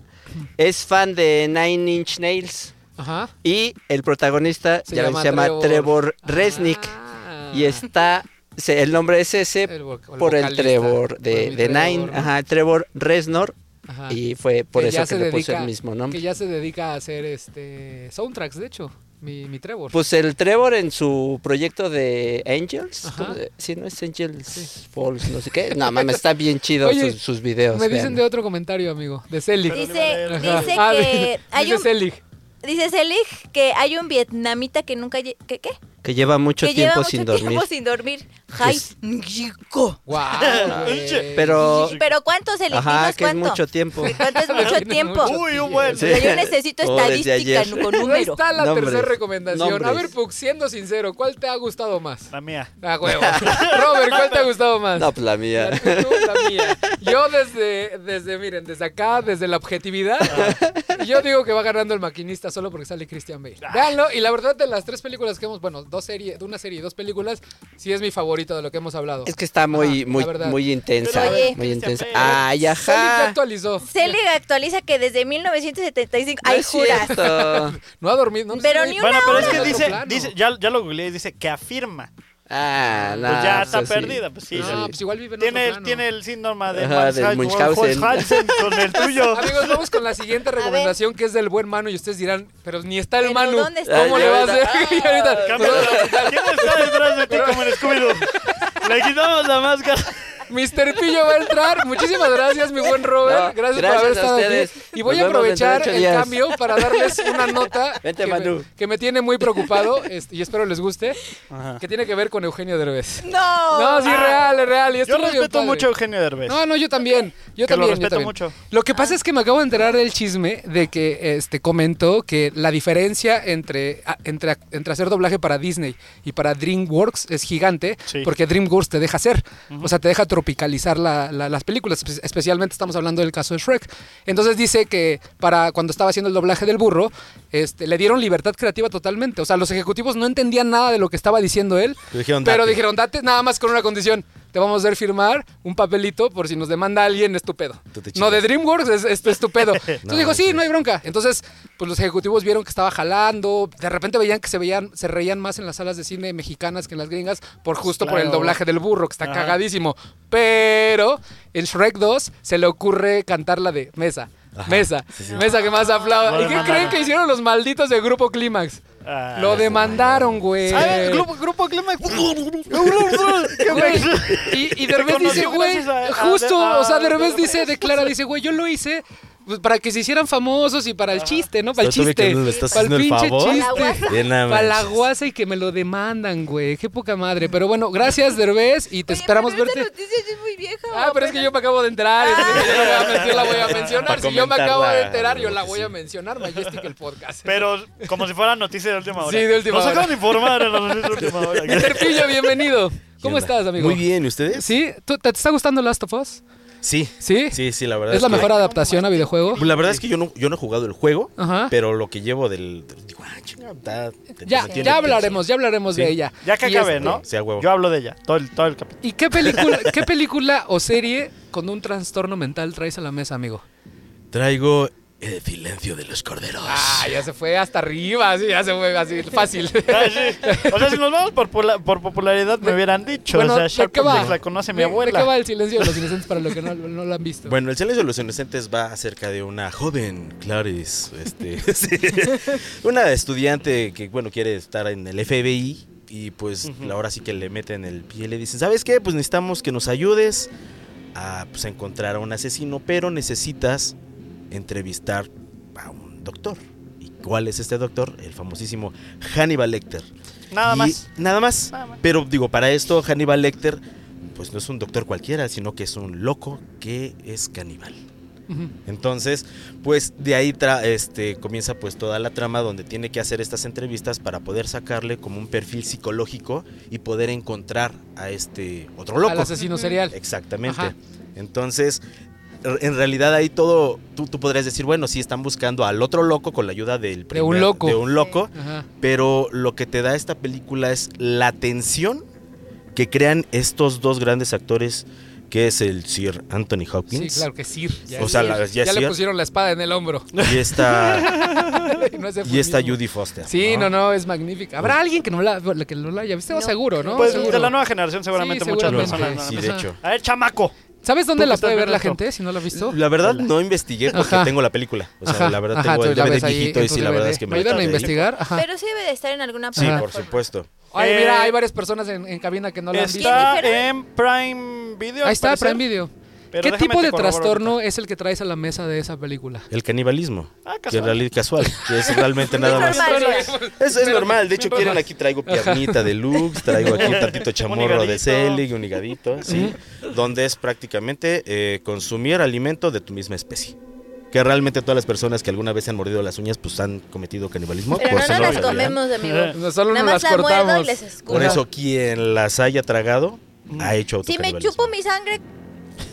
E: es fan de Nine Inch Nails.
C: Ajá.
E: Y el protagonista
C: Se
E: ya ven,
C: llama
E: se llama Trevor,
C: Trevor.
E: Resnick.
C: Ah.
E: Y está. se- el nombre es ese
C: El vo- el
E: por el
C: vocalista,
E: Trevor
C: por
E: de,
C: mi
E: de
C: Trevor,
E: Nine.
C: ¿no?
E: Ajá, Trevor Reznor.
C: Ajá.
E: Y fue por
C: Que ya
E: eso que
C: se
E: le puse
C: dedica-
E: el mismo
C: Que
E: nombre.
C: ya se dedica a hacer este soundtracks, de hecho, mi, mi Trevor.
E: Pues el Trevor en su proyecto de Angels.
C: Ajá.
E: ¿cómo se- Sí, no es Angels Falls, no sé qué. No, mames, está bien chido
C: Oye,
E: sus, sus videos.
C: Me dicen
E: vean.
C: de otro comentario, amigo, de Selig.
D: Pero-
F: Dice,
C: Ajá.
F: dice
C: Ah,
F: que hay
C: dice
F: un,
C: Selig.
F: dice Selig que hay un vietnamita que nunca lle- que qué
E: Que lleva mucho
F: que lleva
E: tiempo
F: mucho
E: sin
F: tiempo
E: dormir.
F: sin dormir. Jai
E: es-
F: Ngigo.
C: Guau, güey.
E: Pero,
F: Pero cuántos Selig?
E: ajá,
F: Dinos
E: que es
F: cuánto.
E: mucho tiempo.
F: ¿Cuánto es mucho
C: Tiene
F: tiempo?
C: mucho
D: Uy, un buen.
C: tiempo.
F: O sea, yo necesito
E: O desde
F: estadística
E: ayer.
F: nu- con
C: Ahí
F: número.
C: está la
E: Nombres.
C: tercera recomendación. A
E: Nombres.
C: ver, Puk, siendo sincero, ¿cuál te ha gustado más?
D: La mía.
C: Ah, huevo. Robert, ¿cuál te ha gustado más?
E: No, pues la mía.
C: La tuya, la mía. Yo desde, desde, miren, desde acá, desde la objetividad,
D: Ah.
C: yo digo que va ganando el maquinista solo porque sale Christian Bale. Véanlo, y la verdad de las tres películas que hemos, bueno, dos series, de una serie y dos películas, sí es mi favorito de lo que hemos hablado.
E: Es que está muy,
C: Ah,
E: muy,
C: la verdad.
E: muy intensa.
F: Pero, oye,
E: muy intensa.
D: Cristian Pérez.
E: Ay,
C: Sally ya
E: ajá.
C: actualizó.
F: Selig actualiza que desde 1975
E: No
F: hay
E: es
F: juras.
E: cierto.
C: No ha dormido. No,
F: Pero
C: sí,
F: ni
C: güey.
D: Bueno, pero es
C: hora.
D: que
C: Otro
D: dice,
C: plano.
D: dice ya, ya lo googleé y dice que afirma.
E: Ah, no.
D: pues ya
E: o
D: está
E: sea, sí.
D: perdida, pues sí.
C: No, pues igual vive en
D: tiene,
C: otro
D: el,
C: plano.
D: tiene el síndrome de
E: Ajá, del Munchausen.
D: Munchausen con el tuyo.
C: Amigos, vamos con la siguiente recomendación que es del buen Manu y ustedes dirán, pero ni está el
F: ¿Pero
C: Manu.
F: dónde está?
C: ¿Cómo
E: Ay,
C: le va a
E: ahorita-
C: hacer? Y ahorita-
D: Ah, Cámbialo. ¿Quién está detrás de ti como en Scooby-Doo? Le quitamos la máscara.
C: Mr. Pillo va a entrar. Muchísimas gracias, mi buen Robert.
E: No,
C: gracias,
E: gracias
C: por haber
E: a
C: estado
E: ustedes.
C: aquí. Y voy
E: Nos
C: a
E: vemos
C: aprovechar
E: dentro de
C: el
E: ocho días.
C: cambio para darles una nota
E: Vente,
C: que,
E: Manu.
C: me, que me tiene muy preocupado este, y espero les guste, que tiene que ver con Eugenio Derbez.
F: No.
C: No, sí, es real, es real. y
D: Yo
C: estuvo bien
D: respeto
C: padre.
D: mucho a Eugenio Derbez.
C: No, no, yo también. Yo
D: Que lo
C: también. yo
D: respeto
C: también.
D: mucho.
C: Lo que pasa es que me acabo de enterar del chisme de que este comentó que la diferencia entre, a- entre, ac- entre hacer doblaje para Disney y para DreamWorks es gigante,
D: Sí.
C: porque DreamWorks te deja hacer, o sea, te deja tropicalizar la- la- las películas. espe- Especialmente estamos hablando del caso de Shrek. Entonces dice que para cuando estaba haciendo el doblaje del burro, este, le dieron libertad creativa totalmente. O sea, los ejecutivos no entendían nada de lo que estaba diciendo él,
G: Pero dijeron,
C: pero
G: "Date".
C: dijeron, date nada más con una condición. Te vamos a hacer firmar un papelito por si nos demanda alguien estupendo.
G: Tú te
C: No
G: chingas.
C: de DreamWorks, es, es estupendo. Entonces
G: No,
C: dijo, sí,
G: sí.
C: no hay bronca. Entonces, pues los ejecutivos vieron que estaba jalando. De repente veían que se veían, se reían más en las salas de cine mexicanas que en las gringas, por justo por el
D: Claro.
C: doblaje del burro, que está
D: Ajá.
C: cagadísimo. Pero en Shrek 2 se le ocurre cantar la de mesa. Mesa, mesa que más aplauda.
D: Lo
C: ¿Y qué
D: demandaron.
C: creen que hicieron los malditos de Grupo Clímax?
D: Ah.
C: Lo Eh. demandaron, güey.
D: A ver, grupo, grupo Clímax. ¿Qué
C: Güey,
D: me-
C: Y, y Derbez
D: Reconoció
C: dice, güey,
D: gracias a- a-
C: justo,
D: a-
C: o sea, Derbez
D: a-
C: dice, declara, dice, güey, yo lo hice pues, para que se hicieran famosos y para el chiste, ¿no? Para el
G: Pero tú me
C: chiste.
G: que me estás
C: Para el
G: haciendo el
C: pinche
G: favor.
C: chiste.
G: Bien, nada
C: Para la
G: manches.
C: guasa y que me lo demandan, güey. Qué poca madre. Pero bueno, gracias, Derbez, y te esperamos
A: Esa
C: verte.
A: noticia ya es muy vieja.
C: Ah, pero es que yo me acabo de enterar. entonces yo no voy a mentir, la voy a mencionar.
G: Para
C: Si yo me acabo de
G: comentarla,
C: enterar, yo la
G: sí.
C: voy a mencionar. Majestic el podcast.
D: Pero como si fuera noticia de última hora.
C: Sí, de última
D: Nos
C: hora.
D: acaban de informar en la noticia de última hora.
C: Terpillo, bienvenido.
G: ¿Qué
C: ¿Cómo
G: onda?
C: estás, amigo?
G: Muy bien, ¿y ustedes?
C: ¿Sí? ¿Tú- ¿Te te está gustando Last of Us?
G: Sí, Sí,
C: ¿Sí?
G: sí, sí, la verdad.
C: ¿Es la
G: que-
C: mejor adaptación a videojuego?
G: Pues La verdad es que yo no, yo no he jugado el juego,
C: Ajá.
G: pero lo que llevo del. Digo, ah, chinga, está- te-
C: Ya,
G: te Pues, tiene-
C: ya hablaremos, ya hablaremos
G: Sí.
C: de ella.
D: Ya que
C: Y
D: acabe,
C: este-
D: ¿no?
G: Sí, a huevo.
D: Yo hablo de ella, todo el, todo el capítulo.
C: ¿Y qué película, qué película o serie con un trastorno mental traes a la mesa, amigo?
G: Traigo el silencio de los corderos.
C: Ah, ya se fue hasta arriba, así, ya se fue así, fácil.
D: Ah, sí. O sea, si nos vamos por, pola- por popularidad, me hubieran dicho.
C: Bueno,
D: o sea,
C: ¿de
D: Sharp
C: qué va?
D: Objects la conoce
C: ¿De-
D: mi
C: ¿De qué va
D: abuela.
C: el silencio de los inocentes para los que no, no lo han visto?
G: Bueno, el silencio de los inocentes va acerca de una joven, Clarice, este, sí, una estudiante que, bueno, quiere estar en el FBI y pues ahora sí que le meten el pie y le dicen, ¿sabes qué? Pues necesitamos que nos ayudes a pues, a encontrar a un asesino, pero necesitas entrevistar a un doctor. ¿Y cuál es este doctor? El famosísimo Hannibal Lecter.
D: Nada
G: Y-
D: más.
G: Nada más.
D: Nada más.
G: Pero digo, para esto Hannibal Lecter pues no es un doctor cualquiera, sino que es un loco que es caníbal.
C: Ujú.
G: Entonces, pues de ahí tra- este, comienza pues toda la trama donde tiene que hacer estas entrevistas para poder sacarle como un perfil psicológico y poder encontrar a este otro loco. Eh,
C: Al asesino serial.
G: Exactamente.
C: Ajá.
G: Entonces, r- en realidad ahí todo, tú, tú podrías decir, bueno, sí están buscando al otro loco con la ayuda del
C: De un loco.
G: de un loco,
C: Ajá.
G: pero lo que te da esta película es la tensión que crean estos dos grandes actores, que es el Sir Anthony
C: Sí,
G: Hopkins
C: claro que sí. Ya,
G: O sea, la- ya
C: ya,
G: es
C: le
G: cierto.
C: pusieron la espada en el hombro.
G: y esta,
C: Y, no se fue
G: y esta Pues-
C: mismo.
G: Judy Foster.
C: Sí, no, no, es magnífica. Habrá alguien que no la, que no la haya visto,
F: No,
C: seguro, ¿no?
D: Pues
C: Seguro.
D: de la nueva generación, seguramente
C: Sí,
D: muchas
C: seguramente.
D: personas. nada
G: Sí,
D: más.
G: de
C: Ajá.
G: hecho.
D: A ver, chamaco.
C: ¿Sabes
D: Tú
C: dónde
D: que
C: la
D: estás
C: puede ver
D: viendo
C: la
D: esto.
C: gente si no la ha visto?
G: La verdad no investigué porque
C: Ajá.
G: tengo la película. O sea,
C: Ajá,
G: la verdad
C: ajá,
G: tengo
C: tú
G: el
C: la
G: DVD
C: ves ahí
G: viejito y
C: en tu
G: sí, la verdad
C: DVD.
G: es que
C: ¿Me
G: me
C: ayudan a
G: la pedí.
C: investigar? Ajá.
F: Pero sí debe de estar en alguna
G: Sí,
F: plataforma.
G: por supuesto.
C: Ay,
D: Eh,
C: mira, hay varias personas en, en cabina que no la han visto.
D: Está
F: dijeron?
D: en Prime Video.
C: Ahí está,
D: al parecer,
C: Prime Video.
D: pero
C: ¿Qué
D: déjame
C: tipo
D: te
C: de
D: corroboro
C: trastorno
D: ahorita.
C: es el que traes a la mesa de esa película?
G: El canibalismo.
D: Ah,
G: Que en
D: casual.
G: realidad casual. Que es realmente nada más.
F: normal,
G: Eso es normal. De hecho,
C: normal.
G: quieren aquí traigo piernita de lux, traigo aquí tantito chamorro de
D: higadito.
G: Selig, un higadito, sí. Donde es prácticamente eh, consumir alimento de tu misma especie. Que realmente todas las personas que alguna vez se han mordido las uñas, pues han cometido canibalismo.
F: Pero
G: por
F: no
G: eso
F: nos
G: no
F: las
G: sabían.
F: comemos, amigo.
C: Solo
D: Eh,
F: Nada
C: nos
F: más
C: las
F: la muerdo y
C: cortamos.
F: les escupo.
G: Por eso, quien las haya tragado, ha hecho
F: Si me
G: autocanibalismo.
F: chupo mi sangre,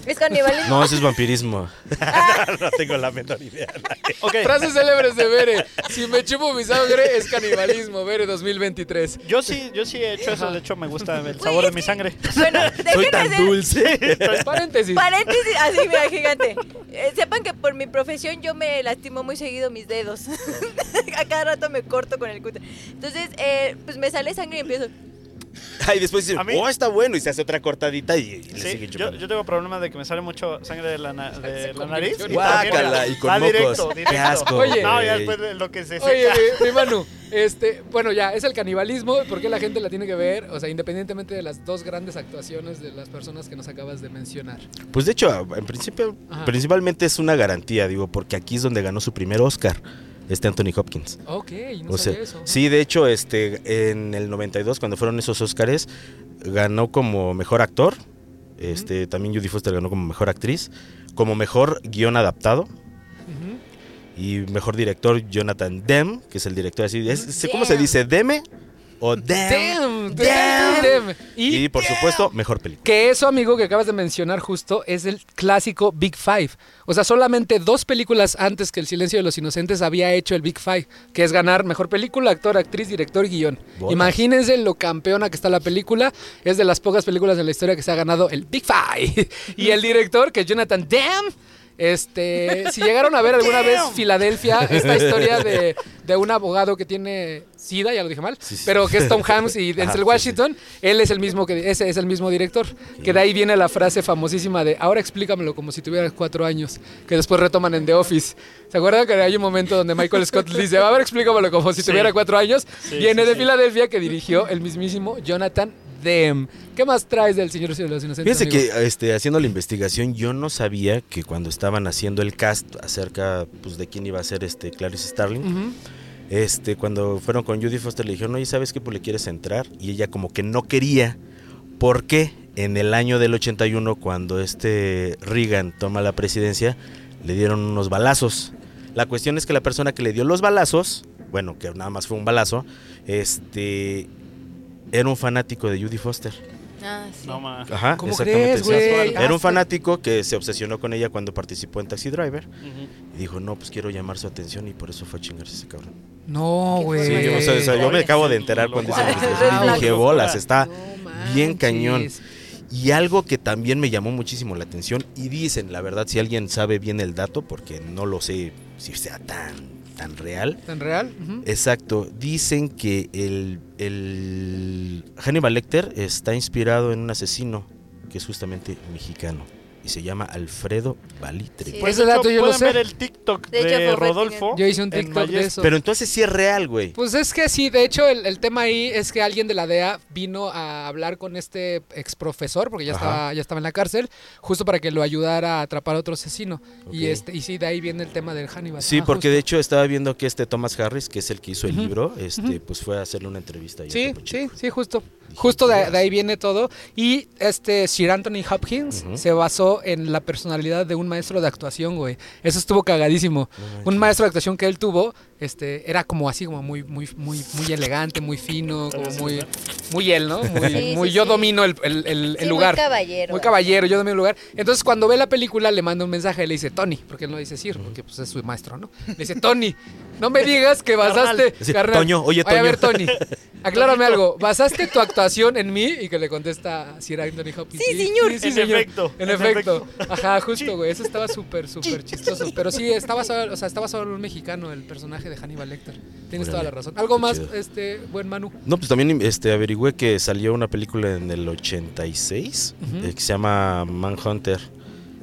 F: es canibalismo.
G: No, eso es vampirismo.
F: Ah.
G: no tengo la menor idea.
D: Ok.
C: Frases célebres de Bere. Si me chupo mi sangre es canibalismo, Bere 2023.
D: Yo sí, yo sí he hecho eso. De hecho, me gusta el sabor
F: Güey,
D: de
F: es
D: mi
F: que-
D: sangre.
F: Bueno, déjenme hacer
G: dulce.
C: Paréntesis.
F: paréntesis. Así, mira, gigante. Eh, sepan que por mi profesión yo me lastimo muy seguido mis dedos. A cada rato me corto con el cúter. Entonces, eh, pues me sale sangre y empiezo.
G: y después dice,
D: A mí-
G: oh, está bueno. Y se hace otra cortadita y, y le
D: Sí,
G: sigue
D: yo,
G: chupando.
D: yo tengo problema de que me sale mucho sangre de la, na- de la
C: con
D: nariz.
C: inyección.
D: y también-
G: Guácala, y con
D: Ah, directo,
G: mocos.
D: directo.
G: Qué asco.
C: Oye.
D: No, ya
G: güey.
D: después de lo que se seca.
C: Oye, mi, mi Manu, este, bueno, ya, es el canibalismo, ¿por qué la gente la tiene que ver? O sea, independientemente de las dos grandes actuaciones de las personas que nos acabas de mencionar.
G: Pues de hecho, en principio,
C: Ajá.
G: principalmente es una garantía, digo, porque aquí es donde ganó su primer Oscar, este Anthony Hopkins.
C: Ok, no
G: O sea,
C: sabía eso.
G: sí, de hecho, este, en el 92, cuando fueron esos Oscars, ganó como mejor actor. Este, También Judy Foster ganó como mejor actriz. Como mejor guión adaptado.
C: Ujú.
G: Y mejor director, Jonathan Demme, que es el director así. es-
F: Damn.
G: ¿Cómo se dice? ¿Deme? ¿O Demme?
C: Damn,
G: Damn.
C: damn.
G: Y, por supuesto, mejor película.
C: Que eso, amigo, que acabas de mencionar justo, es el clásico Big Five. O sea, solamente dos películas antes que El Silencio de los Inocentes había hecho el Big Five, que es ganar mejor película, actor, actriz, director, guión.
G: Bolas.
C: Imagínense lo campeona que está la película. Es de las pocas películas en la historia que se ha ganado el Big Five. y el director, que es Jonathan Dam. Este, si llegaron a ver alguna vez Filadelfia, esta historia de, de un abogado que tiene SIDA, ya lo dije mal,
G: Sí, sí.
C: pero que es Tom Hanks y
G: Ajá,
C: Denzel
G: sí, sí.
C: Washington, él es el mismo que ese es el mismo director. Que de ahí viene la frase famosísima de ahora explícamelo como si tuvieras cuatro años, que después retoman en The Office. ¿Se acuerdan que hay un momento donde Michael Scott le dice ahora explícamelo como si tuviera cuatro años?
D: Sí,
C: viene
D: sí,
C: de
D: sí.
C: Filadelfia que dirigió el mismísimo Jonathan Demme. ¿Qué más traes del señor de los inocentes?
G: Fíjense
C: amigo?
G: que este, haciendo la investigación, yo no sabía que cuando estaban haciendo el cast acerca pues, de quién iba a ser este Clarice Starling,
C: Ujú.
G: este, cuando fueron con Judy Foster le dijeron, oye, ¿sabes qué? Pues le quieres entrar. Y ella como que no quería. ¿Por qué? En el año del 81, cuando este Reagan toma la presidencia, le dieron unos balazos. La cuestión es que la persona que le dio los balazos, bueno, que nada más fue un balazo, este, era un fanático de Judy Foster.
F: Ah, sí.
D: No más.
G: Ajá,
C: ¿Cómo crees,
G: exactamente, sí.
C: güey?
G: Era un fanático que se obsesionó con ella cuando participó en Taxi Driver y dijo, no, pues quiero llamar su atención y por eso fue a chingarse ese cabrón.
C: No,
F: Qué
C: güey.
G: Sí, yo, o sea, o sea, yo me acabo de enterar cuando hice
D: Wow.
G: mi investigación y dije,
D: Wow.
G: bolas, está bien
C: Manches.
G: cañón. Y algo que también me llamó muchísimo la atención, y dicen, la verdad, si alguien sabe bien el dato, porque no lo sé si sea tan, tan real.
C: ¿Tan real? Ujú.
G: Eh, Exacto, dicen que el, el Hannibal Lecter está inspirado en un asesino que es justamente mexicano y se llama Alfredo Balitre.
F: Sí.
D: Por
C: Ese
D: eso
C: dato yo lo
D: Pues, pueden
C: sé.
D: ver el TikTok
F: De
D: de,
F: hecho, fue
D: Rodolfo.
C: Yo hice un
D: en
C: TikTok de
D: Mayes-
C: eso.
G: Pero entonces sí es real, güey.
C: Pues es que sí, de hecho el, el tema ahí es que alguien de la DEA vino a hablar con este ex profesor, porque ya
G: Ajá.
C: estaba, ya estaba en la cárcel, justo para que lo ayudara a atrapar a otro asesino. Y
G: Ok.
C: este, y sí, de ahí viene el tema del Hannibal.
G: Sí,
C: Ah,
G: porque de
C: justo.
G: hecho estaba viendo que este Thomas Harris, que es el que hizo el
C: Ujú.
G: libro, este, pues fue a hacerle una entrevista. ahí a
C: Sí,
G: Topo
C: sí,
G: Chico.
C: sí, justo. Justo de, de ahí viene todo. Y este Sir Anthony Hopkins
G: Ujú.
C: se basó en la personalidad de un maestro de actuación, güey. Eso estuvo cagadísimo.
G: No manches.
C: Un maestro de actuación que él tuvo, este, era como así, como muy, muy, muy, muy elegante, muy fino, como muy, muy él, ¿no? Muy,
F: Sí,
C: muy
F: sí,
C: yo
F: sí.
C: domino el, el- el- el
F: Sí,
C: lugar.
F: Muy caballero.
C: Muy caballero, yo domino el lugar. Entonces, cuando ve la película, le manda un mensaje, le dice Tony, porque él no dice Sir, porque pues, es su maestro, ¿no? Le dice, Tony, no me digas que basaste.
G: Así,
C: carnal.
G: Toño, oye,
C: a ver,
G: Toño.
C: Tony, aclárame algo. ¿Basaste tu actuación en mí? Y que le contesta Sir Anthony Hopkins.
F: Sí, señor.
D: En efecto,
C: En,
D: en
C: efecto. Ajá, justo, güey. Eso estaba súper, súper chistoso. Pero sí, estaba solo, o sea, estaba solo un mexicano, el personaje de Hannibal Lecter. Tienes toda la
G: Órale,
C: razón. Algo
G: qué
C: más,
G: chido.
C: este, buen Manu.
G: No, pues también este, averigüé que salió una película en el 86
C: Ujú.
G: eh, que se llama Manhunter.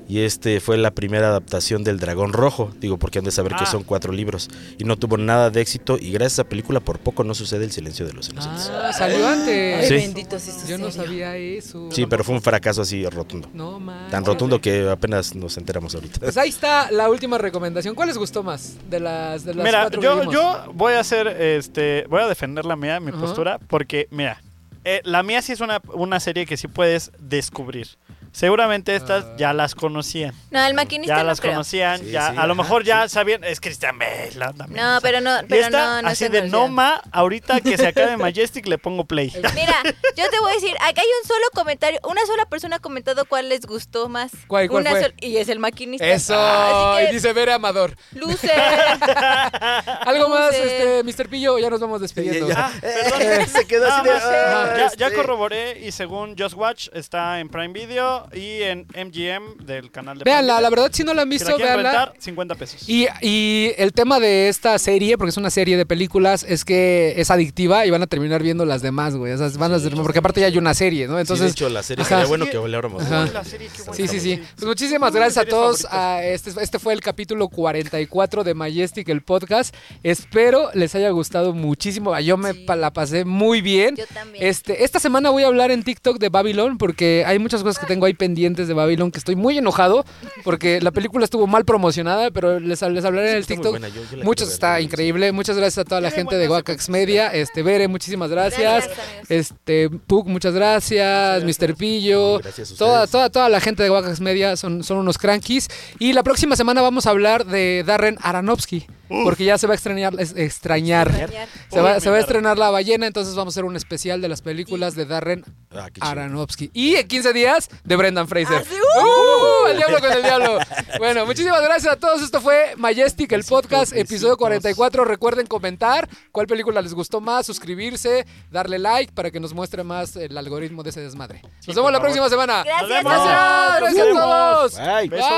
G: Y este fue la primera adaptación del Dragón Rojo. Digo, porque han de saber que
D: Ah.
G: son cuatro libros. Y no tuvo nada de éxito. Y gracias a esa película, por poco no sucede el silencio de los inocentes.
C: Ah, salió
A: Ay,
C: antes.
G: Sí.
A: bendito sí
C: Yo no
A: sucedió.
C: sabía eso.
G: sí, pero fue un fracaso así rotundo.
C: No man.
G: Tan rotundo que apenas nos enteramos ahorita.
C: Pues ahí está la última recomendación. ¿Cuál les gustó más de las de las
D: Mira,
C: cuatro que
D: yo,
C: vimos?
D: yo voy a hacer, este, voy a defender la mía, mi
C: Ajá.
D: postura, porque, mira, eh, la mía sí es una, una serie que sí puedes descubrir. Seguramente estas
C: Ah.
D: ya las conocían,
F: No, el
D: ya
F: maquinista no
D: las
F: creo.
D: conocían,
G: Sí,
D: ya,
G: sí,
D: a lo
G: ajá,
D: mejor ya sabían, es Christian Bale ah, también.
F: No,
D: o sea.
F: pero no,
D: Y
F: pero
D: esta,
F: no, no
D: así
F: se
D: de
F: conocían.
D: Noma, ahorita que se acabe Majestic le pongo play.
F: Mira, yo te voy a decir, acá hay un solo comentario, una sola persona ha comentado cuál les gustó más.
C: ¿Cuál, cuál
F: Una
C: fue?
F: sola- y es el maquinista.
C: Eso.
F: Así
C: Y
F: que,
C: dice Vera Amador.
F: luce.
C: Algo más,
F: Luce.
C: este, Mr. Pillo, ya nos vamos despidiendo.
D: Ah, perdón.
G: Eh, Se quedó
D: Nada
G: así de-
D: más,
G: ah,
D: ya, ya
G: este.
D: corroboré y según Just Watch está en Prime Video y en MGM del canal de
C: Véanla,
D: Prime
C: la
D: Video.
C: verdad, si no la han
D: Si
C: visto,
D: la quieren
C: véanla.
D: rentar, 50 pesos.
C: Y, y el tema de esta serie, porque es una serie de películas, es que es adictiva y van a terminar viendo las demás, güey. O sea, van a
G: Sí.
C: porque aparte ya hay una serie, ¿no?
G: Sí, de
C: Entonces,
G: hecho, la serie
C: ajá.
G: sería bueno que habláramos.
C: Ajá.
D: La serie, qué buena.
C: Sí, sí, sí. Pues muchísimas
D: Una de mis
C: gracias a
D: series
C: todos.
D: favoritas.
C: a- este, este fue el capítulo 44 de Majestic, el podcast. Espero les haya gustado muchísimo. Ah, Yo me
F: Sí.
C: pa- la pasé muy bien.
F: Yo también.
C: Este, esta semana voy a hablar en TikTok de Babylon porque hay muchas cosas que tengo ahí pendientes de Babylon que estoy muy enojado porque la película estuvo mal promocionada, pero les, les hablaré en el
G: Está muy
C: TikTok.
G: buena, yo- yo la quiero
C: Muchos
G: ver,
C: está
G: ¿no?
C: increíble. Muchas gracias a toda la
D: Tiene
C: gente de
D: buenas
C: Wacax Media. Este, Bere, muchísimas gracias.
F: amigos.
C: Este, Puck, muchas gracias. Mr. Pillo.
G: Gracias a
C: Toda,
G: ustedes.
C: toda, toda la gente de Wacax Media son, son unos crankies. Y la próxima semana vamos a hablar de Darren Aronofsky. Porque ya se va a extrañar. es- extrañar.
F: Extrañar.
C: Se va,
D: Uy,
C: se va a
D: mi
C: estrenar La Ballena, entonces vamos a hacer un especial de las películas de Darren
G: Ah, qué chido.
C: Aronofsky. Y en 15 días, de Brendan Fraser.
F: Ah, sí,
C: ¡Uh! ¡El diablo con el diablo! Bueno, muchísimas gracias a todos. Esto fue Majestic, el podcast, episodio 44. Recuerden comentar cuál película les gustó más, suscribirse, darle like para que nos muestre más el algoritmo de ese desmadre. Nos vemos la
D: por favor.
C: próxima semana.
F: Gracias,
D: Nos vemos.
F: a todos.
C: Gracias a todos.
G: Bye.
D: Besos,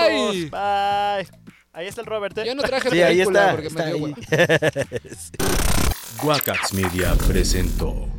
C: Bye.
D: besos. Bye. Ahí está el Robert. ¿eh?
C: Yo no traje
G: Sí, ahí
C: película
G: está,
C: porque
G: está
C: me dio
G: ahí.
C: hueva.
H: Guacax Media presentó